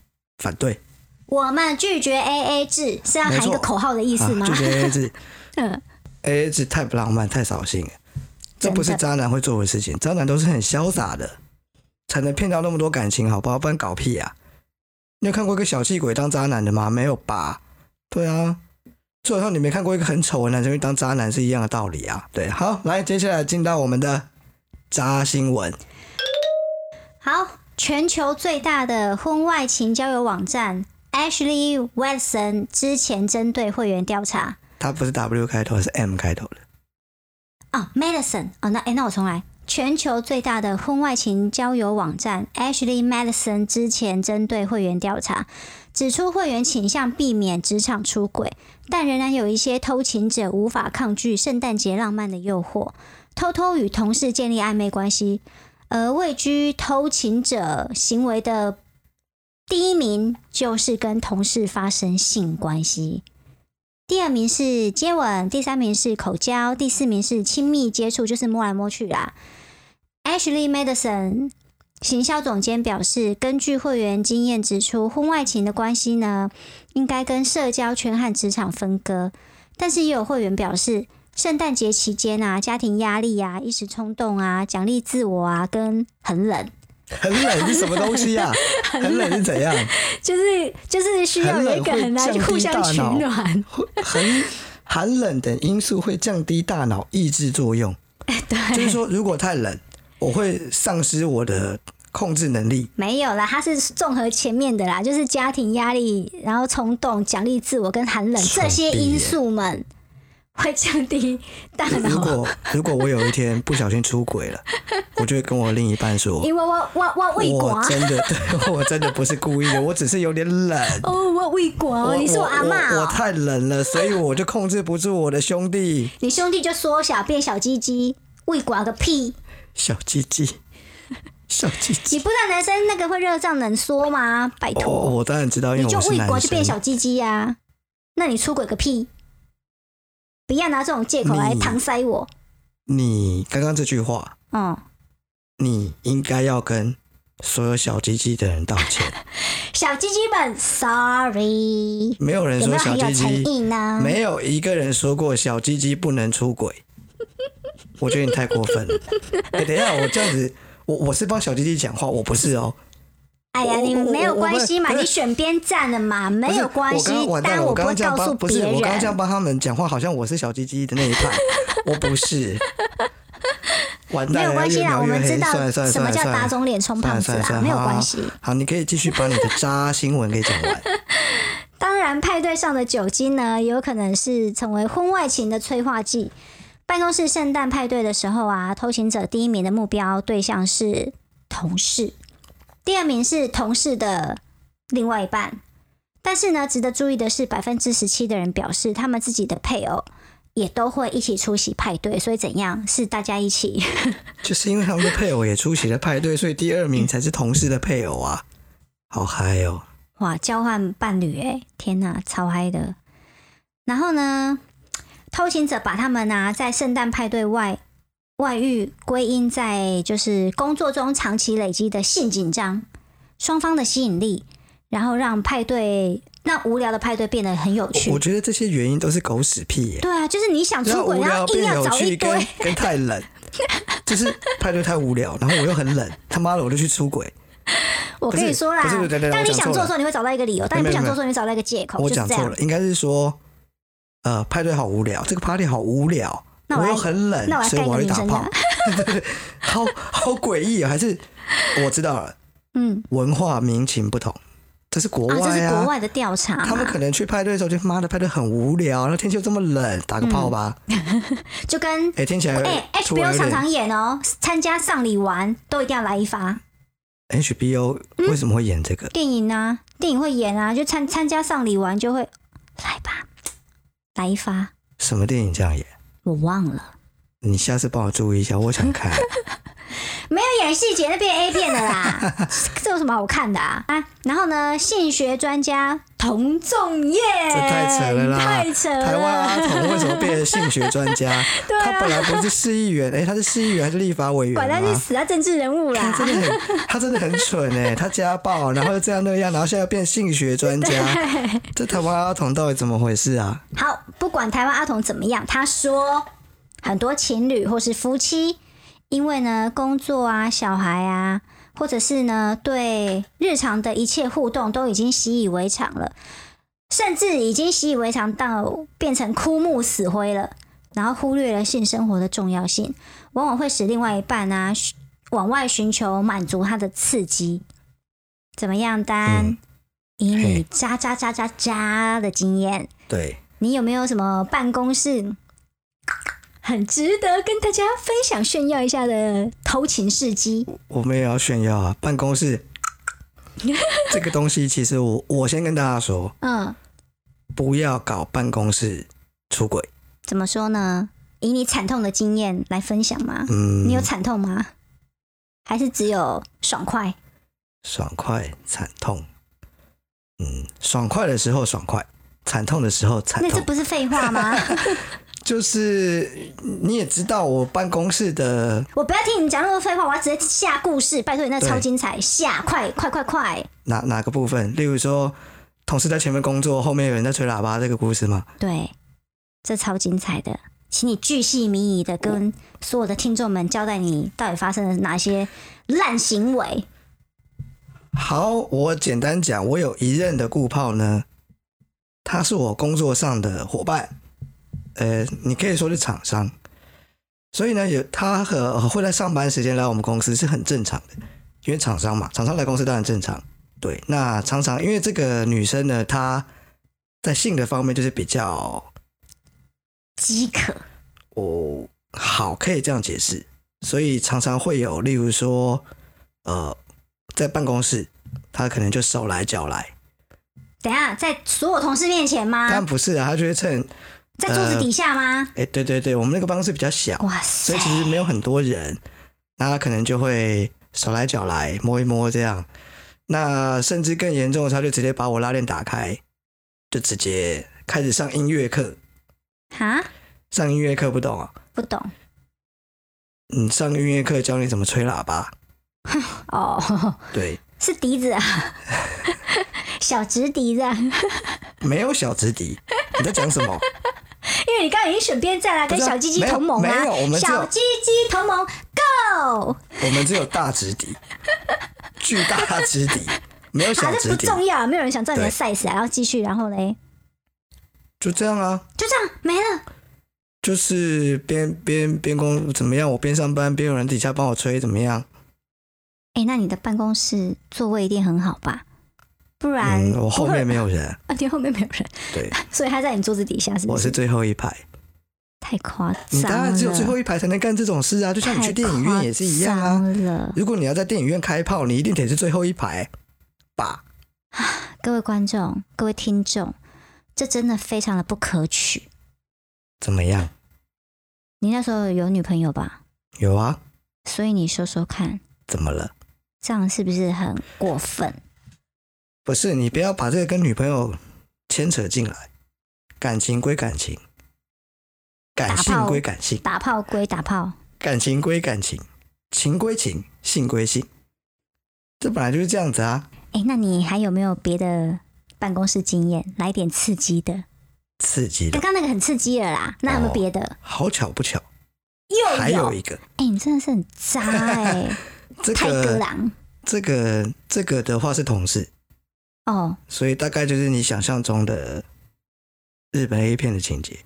Speaker 1: 反对，
Speaker 2: 我们拒绝 AA 制是要
Speaker 1: 没
Speaker 2: 喊一
Speaker 1: 错
Speaker 2: 个口号的意思
Speaker 1: 啊
Speaker 2: 吗？
Speaker 1: 就是 AA 制
Speaker 2: 嗯，
Speaker 1: ，AA 制太不浪漫，太扫兴了，这不是
Speaker 2: 真的
Speaker 1: 渣男会做的事情，渣男都是很潇洒的，才能骗到那么多感情，好不好？不然搞屁啊！你有看过一个小气鬼当渣男的吗？没有吧？对啊，就好像你没看过一个很丑的男生去当渣男是一样的道理啊。对，好，来，接下来进到我们的渣新闻，
Speaker 2: 好，全球最大的婚外情交友网站 Ashley Watson 之前针对会员调查，
Speaker 1: 它不是 W 开头，是 M 开头的。
Speaker 2: 哦，Madison 哦，那哎，那我重来。全球最大的婚外情交友网站 Ashley Madison 之前针对会员调查，指出会员倾向避免职场出轨，但仍然有一些偷情者无法抗拒圣诞节浪漫的诱惑，偷偷与同事建立暧昧关系。而位居偷情者行为的第一名就是跟同事发生性关系。第二名是接吻，第三名是口交，第四名是亲密接触，就是摸来摸去啦。Ashley Madison 行销总监表示，根据会员经验指出，婚外情的关系呢，应该跟社交圈和职场分割。但是也有会员表示，圣诞节期间啊，家庭压力啊，一时冲动啊，奖励自我啊，跟很冷，
Speaker 1: 很冷是什么东西啊？很冷是怎样？
Speaker 2: 就是就是需要有一个很来
Speaker 1: 很冷
Speaker 2: 互
Speaker 1: 会
Speaker 2: 相
Speaker 1: 降低
Speaker 2: 取
Speaker 1: 大脑
Speaker 2: 暖。
Speaker 1: 很寒冷等因素会降低大脑抑制作用。
Speaker 2: 对，
Speaker 1: 就是说，如果太冷，我会丧失我的控制能力。
Speaker 2: 没有啦，它是综合前面的啦，就是家庭压力，然后冲动、奖励自我跟寒冷
Speaker 1: 冲
Speaker 2: 这些
Speaker 1: 低耶
Speaker 2: 因素们会降低大
Speaker 1: 如
Speaker 2: 脑。
Speaker 1: 果如果我有一天不小心出轨了，我就会跟我另一半说
Speaker 2: 因为我我我未：“
Speaker 1: 我
Speaker 2: 寡
Speaker 1: 真的， 对我真的不是故意的，我只是有点冷。
Speaker 2: 哦，我未寡，你是我阿妈、
Speaker 1: 我我
Speaker 2: 哦，
Speaker 1: 太冷了，所以我就控制不住我的兄弟
Speaker 2: 你兄弟就缩小变小鸡鸡，未寡个屁！
Speaker 1: 小鸡 鸡，小鸡
Speaker 2: 你
Speaker 1: 鸡。
Speaker 2: 不知道男生那个会热胀冷缩吗？拜
Speaker 1: 哦，
Speaker 2: 托，
Speaker 1: 我当然知道，因
Speaker 2: 你
Speaker 1: 为
Speaker 2: 就
Speaker 1: 我是
Speaker 2: 未
Speaker 1: 男
Speaker 2: 寡就变
Speaker 1: 生。
Speaker 2: 小鸡鸡呀，那你出轨个屁！不要拿这种借口来
Speaker 1: 你
Speaker 2: 搪塞我。
Speaker 1: 你刚刚这句话，
Speaker 2: 哦、
Speaker 1: 你应该要跟所有小鸡鸡的人道 歉。
Speaker 2: 小鸡鸡们，sorry。
Speaker 1: 没有人
Speaker 2: 有
Speaker 1: 说
Speaker 2: 没有
Speaker 1: 小
Speaker 2: 很有
Speaker 1: 鸡
Speaker 2: 诚
Speaker 1: 鸡
Speaker 2: 意啊呢？
Speaker 1: 没有一个人说过小鸡鸡不能出 轨，我觉得你太过分了。哎、等一下，我这样子，我我是帮小鸡鸡讲话，我不是哦。
Speaker 2: 哎呀，
Speaker 1: 我
Speaker 2: 你
Speaker 1: 我我
Speaker 2: 没有
Speaker 1: 我
Speaker 2: 关
Speaker 1: 不是
Speaker 2: 系嘛，
Speaker 1: 不是
Speaker 2: 你选边站了嘛，
Speaker 1: 不
Speaker 2: 没
Speaker 1: 是
Speaker 2: 有关系
Speaker 1: 我刚刚，完蛋
Speaker 2: 但
Speaker 1: 了，我
Speaker 2: 不
Speaker 1: 刚
Speaker 2: 会
Speaker 1: 刚这样
Speaker 2: 告诉
Speaker 1: 帮，不
Speaker 2: 别
Speaker 1: 是我刚刚这
Speaker 2: 人。
Speaker 1: 样帮他们讲话，好像我是小鸡鸡的那一派，我不是。完蛋
Speaker 2: 没有
Speaker 1: 了
Speaker 2: 关系啦，
Speaker 1: 要
Speaker 2: 我
Speaker 1: 越描
Speaker 2: 们
Speaker 1: 越黑
Speaker 2: 知道
Speaker 1: 算了算了
Speaker 2: 什么叫
Speaker 1: 算了
Speaker 2: 打肿脸充胖子
Speaker 1: 算了算
Speaker 2: 啊，
Speaker 1: 了
Speaker 2: 没有
Speaker 1: 好
Speaker 2: 关
Speaker 1: 好
Speaker 2: 系。
Speaker 1: 好，你可以继续把你的渣新闻给讲完。
Speaker 2: 当然，派对上的酒精呢，有可能是成为婚外情的催化剂。办公室圣诞派对的时候啊，偷情者第一名的目标对象是同事，第二名是同事的另外一半。但是呢，值得注意的是，百分之十七的人表示他们自己的配偶也都会一起出席派对，所以怎样是大家一起。
Speaker 1: 就是因为他们的配偶也出席了派对，所以第二名才是同事的配偶啊，好嗨哦！
Speaker 2: 哇，交换伴侣哎、天哪，超嗨的。然后呢，偷情者把他们啊在圣诞派对外外遇归因在就是工作中长期累积的性紧张、双方的吸引力，然后让派对那无聊的派对变得很有
Speaker 1: 我
Speaker 2: 趣。
Speaker 1: 觉得这些原因都是狗屎屁耶、
Speaker 2: 对啊，就是你想出
Speaker 1: 让
Speaker 2: 轨，
Speaker 1: 无
Speaker 2: 然
Speaker 1: 聊
Speaker 2: 后硬
Speaker 1: 变
Speaker 2: 要
Speaker 1: 有
Speaker 2: 找一
Speaker 1: 趣跟，
Speaker 2: 堆
Speaker 1: 跟，太 冷，就是派对太无聊，然后我又很冷，他妈的我就去出轨。
Speaker 2: 我
Speaker 1: 不
Speaker 2: 跟你
Speaker 1: 是
Speaker 2: 说啦
Speaker 1: 不是不是等等，
Speaker 2: 当
Speaker 1: 我
Speaker 2: 你
Speaker 1: 讲
Speaker 2: 想
Speaker 1: 错了
Speaker 2: 做的时候，你会找到一个理由；当你
Speaker 1: 没
Speaker 2: 不
Speaker 1: 有
Speaker 2: 想
Speaker 1: 没有
Speaker 2: 做的时候，你会找到一个借口，
Speaker 1: 我
Speaker 2: 哦就是
Speaker 1: 讲
Speaker 2: 这
Speaker 1: 错
Speaker 2: 样
Speaker 1: 了。，应该是说，呃，派对好无聊，这个 party 好无聊，
Speaker 2: 那我来
Speaker 1: 又很冷
Speaker 2: 那我，来
Speaker 1: 所以
Speaker 2: 干一
Speaker 1: 我
Speaker 2: 个
Speaker 1: 要去
Speaker 2: 女
Speaker 1: 打
Speaker 2: 生啊
Speaker 1: 炮
Speaker 2: 的。
Speaker 1: 好好诡异啊！还是我知道了，
Speaker 2: 嗯，
Speaker 1: 文化民情不同，这是国
Speaker 2: 啊，这
Speaker 1: 外
Speaker 2: 是
Speaker 1: 啊，
Speaker 2: 国外的调查嘛，
Speaker 1: 他们可能去派对的时候就妈的派对很无聊，然后天气又这么冷，打个炮吧。
Speaker 2: 就跟
Speaker 1: 哎、听起来
Speaker 2: 嗯哎、
Speaker 1: 突然
Speaker 2: HBO
Speaker 1: 有
Speaker 2: 常
Speaker 1: 点
Speaker 2: 常演哦，参加丧礼完都一定要来一发
Speaker 1: HBO
Speaker 2: 嗯
Speaker 1: 为什么会演这个？
Speaker 2: 电影啊，电影会演啊，就参参加丧礼完就会来吧，来一发，
Speaker 1: 什么电影这样演？
Speaker 2: 我忘了，
Speaker 1: 你下次帮我注意一下，我想 看。
Speaker 2: 没有演细节那变 A 片的 啦，这有什么好看的啊？啊，然后呢，性学专家童仲彦，
Speaker 1: 这太扯了啦！
Speaker 2: 哎太扯了，
Speaker 1: 台湾阿童为什么变成性学专家？
Speaker 2: 对
Speaker 1: 他本
Speaker 2: 啊，
Speaker 1: 来不是市议员，哎、他是市议员还是立法委员
Speaker 2: 管他去
Speaker 1: 吗？
Speaker 2: 死啊，政治人物
Speaker 1: 他
Speaker 2: 啦，
Speaker 1: 真的很，他真的很蠢哎、他家暴，然后又这样那样，然后现在又变性学专 家，这台湾阿童到底怎么回事啊？
Speaker 2: 好，不管台湾阿童怎么样，他说很多情侣或是夫妻，因为呢工作啊、小孩啊，或者是呢对日常的一切互动都已经习以为常了，甚至已经习以为常到变成枯木死灰了，然后忽略了性生活的重要性，往往会使另外一半啊寻往外寻求满足他的刺激。怎么样，丹？
Speaker 1: 嗯
Speaker 2: 以你
Speaker 1: 嘿
Speaker 2: 渣渣渣渣渣的经验，
Speaker 1: 对，
Speaker 2: 你有没有什么办公室很值得跟大家分享炫耀一下的偷情事迹？
Speaker 1: 我们也要炫耀啊！办公 室这个东西，其实我我先跟大家说，
Speaker 2: 嗯，
Speaker 1: 不要搞办公室出轨。
Speaker 2: 怎么说呢？以你惨痛的经验来分享吗？
Speaker 1: 嗯
Speaker 2: 你，有惨痛吗？还是只有爽快？
Speaker 1: 爽快惨痛，嗯，爽快的时候爽快，惨痛的时候惨
Speaker 2: 那这
Speaker 1: 痛。
Speaker 2: 不是废话吗？
Speaker 1: 就是你也知道，我办公室的
Speaker 2: 我不要听你讲那么多废话，我要直接下故事。拜托你，那
Speaker 1: 对
Speaker 2: 超精彩，下快快快快！
Speaker 1: 哪哪个部分，例如说同事在前面工作，后面有人在吹喇叭这个故事吗？
Speaker 2: 对，这超精彩的，请你巨细靡遗的跟所有的听众们交代你到底发生了哪些烂行为。
Speaker 1: 好，我简单讲，我有一任的顾炮呢，他是我工作上的伙伴，呃，你可以说是厂商，所以呢，有他和呃会在上班时间来我们公司是很正常的，因为厂商嘛，厂商来公司当然正常。对，那常常因为这个女生呢，她在性的方面就是比较
Speaker 2: 饥渴，
Speaker 1: 哦，好，可以这样解释。所以常常会有，例如说，呃，在办公室，他可能就手来脚来，
Speaker 2: 等一下在所有同事面前吗
Speaker 1: 但？不是啊，他就会趁，
Speaker 2: 在桌子底下吗？
Speaker 1: 哎、对对对，我们那个办公室比较小，
Speaker 2: 哇
Speaker 1: 呃所
Speaker 2: 塞
Speaker 1: 以！其实没有很多人，那他可能就会手来脚来摸一摸这样。那甚至更严重的，他就直接把我拉链打开，就直接开始上音乐课。
Speaker 2: 哈，
Speaker 1: 上音乐课不懂啊，
Speaker 2: 不懂
Speaker 1: 嗯，上音乐课教你怎么吹喇叭，
Speaker 2: 哦，
Speaker 1: 对，
Speaker 2: 是笛子啊， 小直笛子啊，因
Speaker 1: 没有小直笛，你在讲什 么？
Speaker 2: 为你刚刚已经选边站啦，跟
Speaker 1: 不是啊
Speaker 2: 小鸡鸡同盟
Speaker 1: 没
Speaker 2: 啦
Speaker 1: 有没有我，们只有
Speaker 2: 小鸡鸡同盟，Go！
Speaker 1: 我们只有大直笛，巨大直笛，没有
Speaker 2: 好，
Speaker 1: 小
Speaker 2: 这
Speaker 1: 直
Speaker 2: 啊不
Speaker 1: 笛，
Speaker 2: 重要，没有人想知道你的
Speaker 1: 对
Speaker 2: size 啊。然后继续，然后嘞，
Speaker 1: 就这样啊。
Speaker 2: 就这样没了。
Speaker 1: 就是边边边工怎么样，我边上班边有人底下帮我吹怎么样？
Speaker 2: 哎、那你的办公室座位一定很好吧？不然、
Speaker 1: 嗯，我后面没有
Speaker 2: 有，
Speaker 1: 人，
Speaker 2: 啊，你后面没有人，
Speaker 1: 对，
Speaker 2: 所以他在你桌子底下，是不
Speaker 1: 我是
Speaker 2: 是？
Speaker 1: 最后一排。
Speaker 2: 太夸张了！
Speaker 1: 你当然只有最后一排才能干这种事啊，就像你去电影院也是一样啊。
Speaker 2: 太夸张了
Speaker 1: 如果你要在电影院开炮，你一定得是最后一排吧？
Speaker 2: 各位观众、各位听众，这真的非常的不可取。
Speaker 1: 怎么样？
Speaker 2: 你那时候有女朋友吧？
Speaker 1: 有啊？
Speaker 2: 所以你说说看，
Speaker 1: 怎么了？
Speaker 2: 这样是不是很过分？
Speaker 1: 不是你不要把这个跟女朋友牵扯进来，感情归感情，感性归感性，
Speaker 2: 打炮归打炮，
Speaker 1: 感情归感情，情归情，性归性，这本来就是这样子啊。
Speaker 2: 哎，那你还有没有别的办公室经验？来点刺激的。
Speaker 1: 刺激的，
Speaker 2: 刚刚那个很刺激了啦，那有没有别的？
Speaker 1: 好巧不巧，
Speaker 2: 又
Speaker 1: 哦还有一个
Speaker 2: 哎、你真的是很渣哎、
Speaker 1: 这
Speaker 2: 泰戈
Speaker 1: 个
Speaker 2: 朗
Speaker 1: 这个这个的话是同事。
Speaker 2: 哦，
Speaker 1: 所以大概就是你想象中的日本 A 片的情节，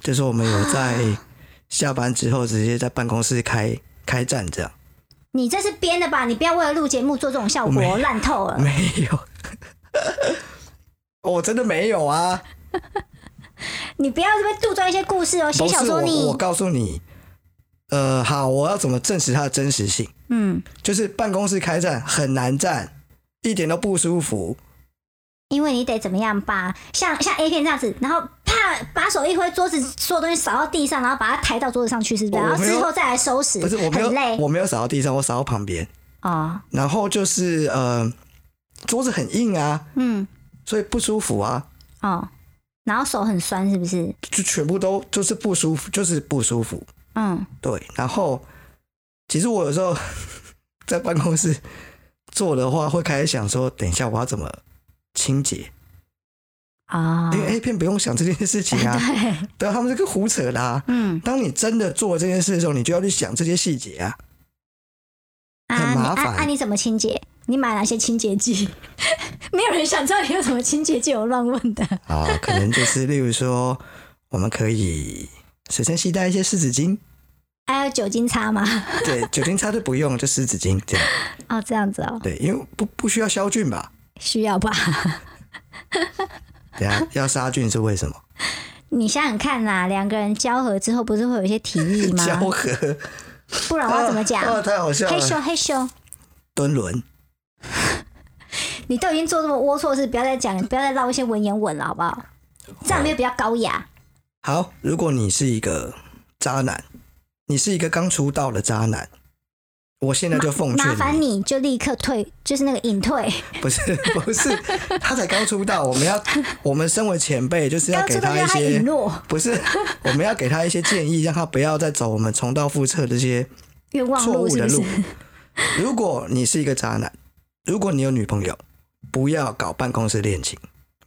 Speaker 1: 就是我们有在下班之后直接在办公室开开战这样，
Speaker 2: 你这是编的吧？你不要为了录节目做这种效
Speaker 1: 我没
Speaker 2: 果，烂透了。
Speaker 1: 没有， 我真的没有啊，
Speaker 2: 你不要这边杜撰一些故事哦，写
Speaker 1: 不
Speaker 2: 小
Speaker 1: 是
Speaker 2: 说
Speaker 1: 我，
Speaker 2: 你
Speaker 1: 我告诉你，呃，好，我要怎么证实它的真实性？
Speaker 2: 嗯，
Speaker 1: 就是办公室开战很难战，一点都不舒服，
Speaker 2: 因为你得怎么样把像像 A 片这样子，然后啪把手一挥，桌子所有东西扫到地上，然后把它抬到桌子上去，是不是？
Speaker 1: 我
Speaker 2: 然后
Speaker 1: 没
Speaker 2: 之
Speaker 1: 有
Speaker 2: 后再来收拾，
Speaker 1: 不是我没有
Speaker 2: 很累
Speaker 1: 我没有扫到地上，我扫到旁边，
Speaker 2: 哦。
Speaker 1: 然后就是呃，桌子很硬啊，
Speaker 2: 嗯
Speaker 1: 所以不舒服啊。
Speaker 2: 哦，然后手很酸，是不是？
Speaker 1: 就全部都就是不舒服，就是不舒服。
Speaker 2: 嗯，
Speaker 1: 对，然后其实我有时候 在办公室做的话，会开始想说，等一下我要怎么清洁，
Speaker 2: 哦，
Speaker 1: 因为 A 片不用想这件事情啊，
Speaker 2: 对，
Speaker 1: 对啊，他们这个胡扯啦、
Speaker 2: 嗯
Speaker 1: 当你真的做这件事的时候，你就要去想这些细节啊。
Speaker 2: 啊，
Speaker 1: 很
Speaker 2: 你
Speaker 1: 麻
Speaker 2: 啊
Speaker 1: 烦
Speaker 2: 啊，你怎么清洁？你买哪些清洁剂？ 没有人想知道你有什么清洁剂，我乱问的。
Speaker 1: 啊， 可能就是例如说，我们可以随身携带一些湿纸巾，
Speaker 2: 还有酒精擦吗？
Speaker 1: 对，酒精擦都不用，就湿纸巾这样。
Speaker 2: 哦，这样子哦，
Speaker 1: 对，因为不不需要消菌吧？
Speaker 2: 需要吧？
Speaker 1: 等一 下要杀菌是为什么？
Speaker 2: 你想想看啦，两个人交合之后，不是会有一些提议 吗？
Speaker 1: 交合。
Speaker 2: 不然我要怎么 讲？
Speaker 1: 哦，太好笑
Speaker 2: 嘿
Speaker 1: 了！
Speaker 2: 咻嘿咻，
Speaker 1: 蹲轮，
Speaker 2: 你都已经做这么龌龊的事，不要再讲，不要再唠一些文言文了，好不好？这样没有比较高雅。
Speaker 1: 好，如果你是一个渣男，你是一个刚出道的渣男，我现在就奉
Speaker 2: 麻
Speaker 1: 劝
Speaker 2: 烦
Speaker 1: 你，
Speaker 2: 你就立刻退，就是那个隐退。
Speaker 1: 不是 不是，他才刚出道，我们要我们身为前辈，就是要
Speaker 2: 刚
Speaker 1: 给
Speaker 2: 出道
Speaker 1: 一
Speaker 2: 让他
Speaker 1: 些
Speaker 2: 隐，落，
Speaker 1: 不是我们要给他一些建议，让他不要再走我们重蹈覆辙这些
Speaker 2: 愿望
Speaker 1: 错
Speaker 2: 路
Speaker 1: 误
Speaker 2: 是
Speaker 1: 的
Speaker 2: 不是
Speaker 1: 路？。如果你是一个渣男，如果你有女朋友，不要搞办公室恋情，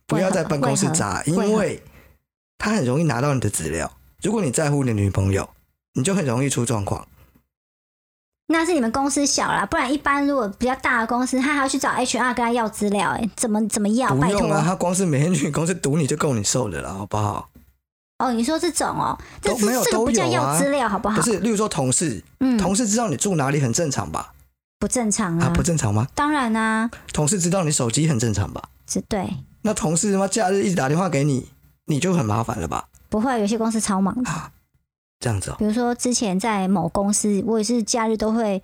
Speaker 1: 不要在办公室渣，
Speaker 2: 为
Speaker 1: 因
Speaker 2: 何
Speaker 1: 为他很容易拿到你的资料。如果你在乎你的女朋友，你就很容易出状况。
Speaker 2: 那是你们公司小啦，不然一般如果比较大的公司，他还要去找 HR 跟他要资料、哎，怎么怎么要？
Speaker 1: 不
Speaker 2: 拜托
Speaker 1: 用啊，他光是每天去你公司堵你就够你受的了，好不好？
Speaker 2: 哦，你说这种哦，这
Speaker 1: 都没有
Speaker 2: 这这个不叫
Speaker 1: 都有啊
Speaker 2: 要资料，好不好
Speaker 1: 不？是，例如说同事，
Speaker 2: 嗯，
Speaker 1: 同事知道你住哪里很正常吧？
Speaker 2: 不正常
Speaker 1: 啊，
Speaker 2: 啊，
Speaker 1: 不正常吗？
Speaker 2: 当然啊，
Speaker 1: 同事知道你手机很正常吧？
Speaker 2: 这对，
Speaker 1: 那同事他妈假日一直打电话给你，你就很麻烦了吧？
Speaker 2: 不会有些公司超忙的，
Speaker 1: 啊，这样子哦、
Speaker 2: 比如说之前在某公司，我也是假日都会有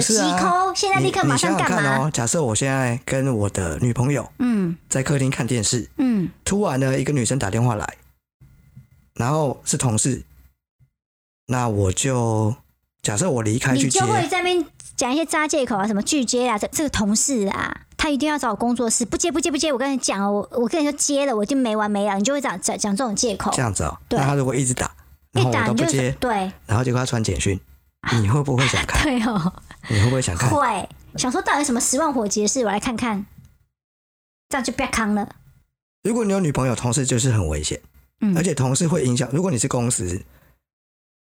Speaker 1: 不是
Speaker 2: 急
Speaker 1: 啊
Speaker 2: 抠，现在
Speaker 1: 你
Speaker 2: 立刻马上
Speaker 1: 你想
Speaker 2: 干
Speaker 1: 想看
Speaker 2: 嘛？
Speaker 1: 哦，假设我现在跟我的女朋友
Speaker 2: 嗯
Speaker 1: 在客厅看电视，
Speaker 2: 嗯，
Speaker 1: 突然呢一个女生打电话来，然后是同事，那我就假设我离开
Speaker 2: 你
Speaker 1: 去接
Speaker 2: 就，会在那边讲一些渣借口啊，什么拒接啊，这这个同事啊，他一定要找我工作室，不接不接不接，我跟你讲哦，我我跟你说接了，我就没完没了，你就会讲讲讲这种借口
Speaker 1: 这，样子哦。
Speaker 2: 对
Speaker 1: 那他如果一直打，然后
Speaker 2: 一
Speaker 1: 我
Speaker 2: 打
Speaker 1: 都
Speaker 2: 你
Speaker 1: 不
Speaker 2: 就
Speaker 1: 接，
Speaker 2: 对
Speaker 1: 然后结果他传简讯，你会不会想看？
Speaker 2: 对哦，
Speaker 1: 你会不会想看？
Speaker 2: 会想说到底什么十万火急的事，我来看看，这样就不要扛了，
Speaker 1: 如果你有女朋友，同事就是很危险，
Speaker 2: 嗯
Speaker 1: 而且同事会影响。如果你是公司，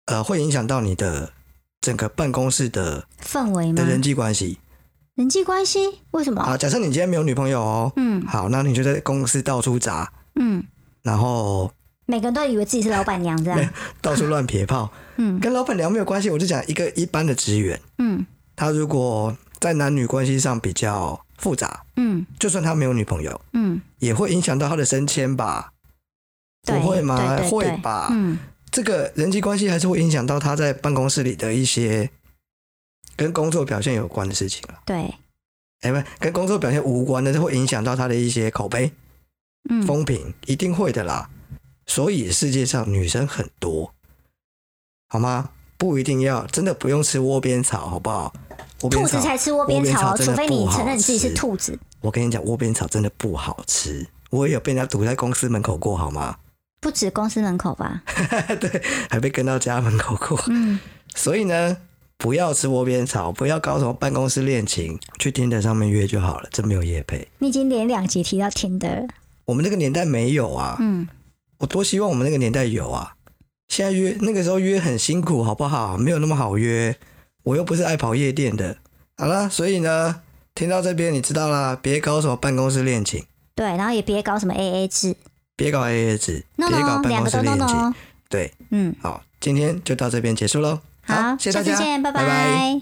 Speaker 1: 呃，会影响到你的整个办公室的
Speaker 2: 氛围吗
Speaker 1: 的？人际关系。
Speaker 2: 人际关系为什么？
Speaker 1: 啊，假设你今天没有女朋友哦，
Speaker 2: 嗯
Speaker 1: 好，那你就在公司到处砸，
Speaker 2: 嗯，
Speaker 1: 然后
Speaker 2: 每个人都以为自己是老板娘这样。
Speaker 1: 到处乱撇炮，
Speaker 2: 嗯
Speaker 1: 跟老板娘没有关系。我就讲一个一般的职员，
Speaker 2: 嗯
Speaker 1: 他如果在男女关系上比较复杂，
Speaker 2: 嗯
Speaker 1: 就算他没有女朋友，
Speaker 2: 嗯，
Speaker 1: 也会影响到他的升迁吧？
Speaker 2: 对，
Speaker 1: 不会吗
Speaker 2: 对对对
Speaker 1: 会吧
Speaker 2: 嗯
Speaker 1: 这个人际关系还是会影响到他在办公室里的一些跟工作表现有关的事情了。
Speaker 2: 对，
Speaker 1: 哎，不，跟工作表现无关的，会影响到他的一些口碑、
Speaker 2: 嗯
Speaker 1: 风评，一定会的啦。所以世界上女生很多，好吗？不一定要，真的不用吃窝边草，好不好？窝边
Speaker 2: 兔
Speaker 1: 草
Speaker 2: 子才吃窝边草哦，
Speaker 1: 窝边草真
Speaker 2: 除
Speaker 1: 的
Speaker 2: 非你
Speaker 1: 不好
Speaker 2: 承认你自己是
Speaker 1: 吃
Speaker 2: 兔子。
Speaker 1: 我跟你讲，窝边草真的不好吃，我也有被人家堵在公司门口过，好吗？
Speaker 2: 不止公司门口吧？
Speaker 1: 对，还被跟到家门口过。
Speaker 2: 嗯，
Speaker 1: 所以呢，不要吃窝边草，不要搞什么办公室恋情，去 Tinder 上面约就好了，这没有业配。
Speaker 2: 你已经连两集提到 Tinder 了。
Speaker 1: 我们那个年代没有啊，
Speaker 2: 嗯，
Speaker 1: 我多希望我们那个年代有啊。现在约那个时候约很辛苦，好不好？没有那么好约，我又不是爱跑夜店的。好啦，所以呢，听到这边你知道啦，别搞什么办公室恋情，
Speaker 2: 对，然后也别搞什么 AA 制
Speaker 1: 别搞 AA 制，
Speaker 2: ，no
Speaker 1: 别搞
Speaker 2: no，
Speaker 1: 办公
Speaker 2: 两个
Speaker 1: 室
Speaker 2: 都哦 no
Speaker 1: 恋情。
Speaker 2: no。
Speaker 1: 对，
Speaker 2: 嗯，
Speaker 1: 好，今天就到这边结束喽。
Speaker 2: 好，
Speaker 1: 谢谢
Speaker 2: 下
Speaker 1: 大
Speaker 2: 次
Speaker 1: 家，
Speaker 2: 见，拜
Speaker 1: 拜拜
Speaker 2: 拜。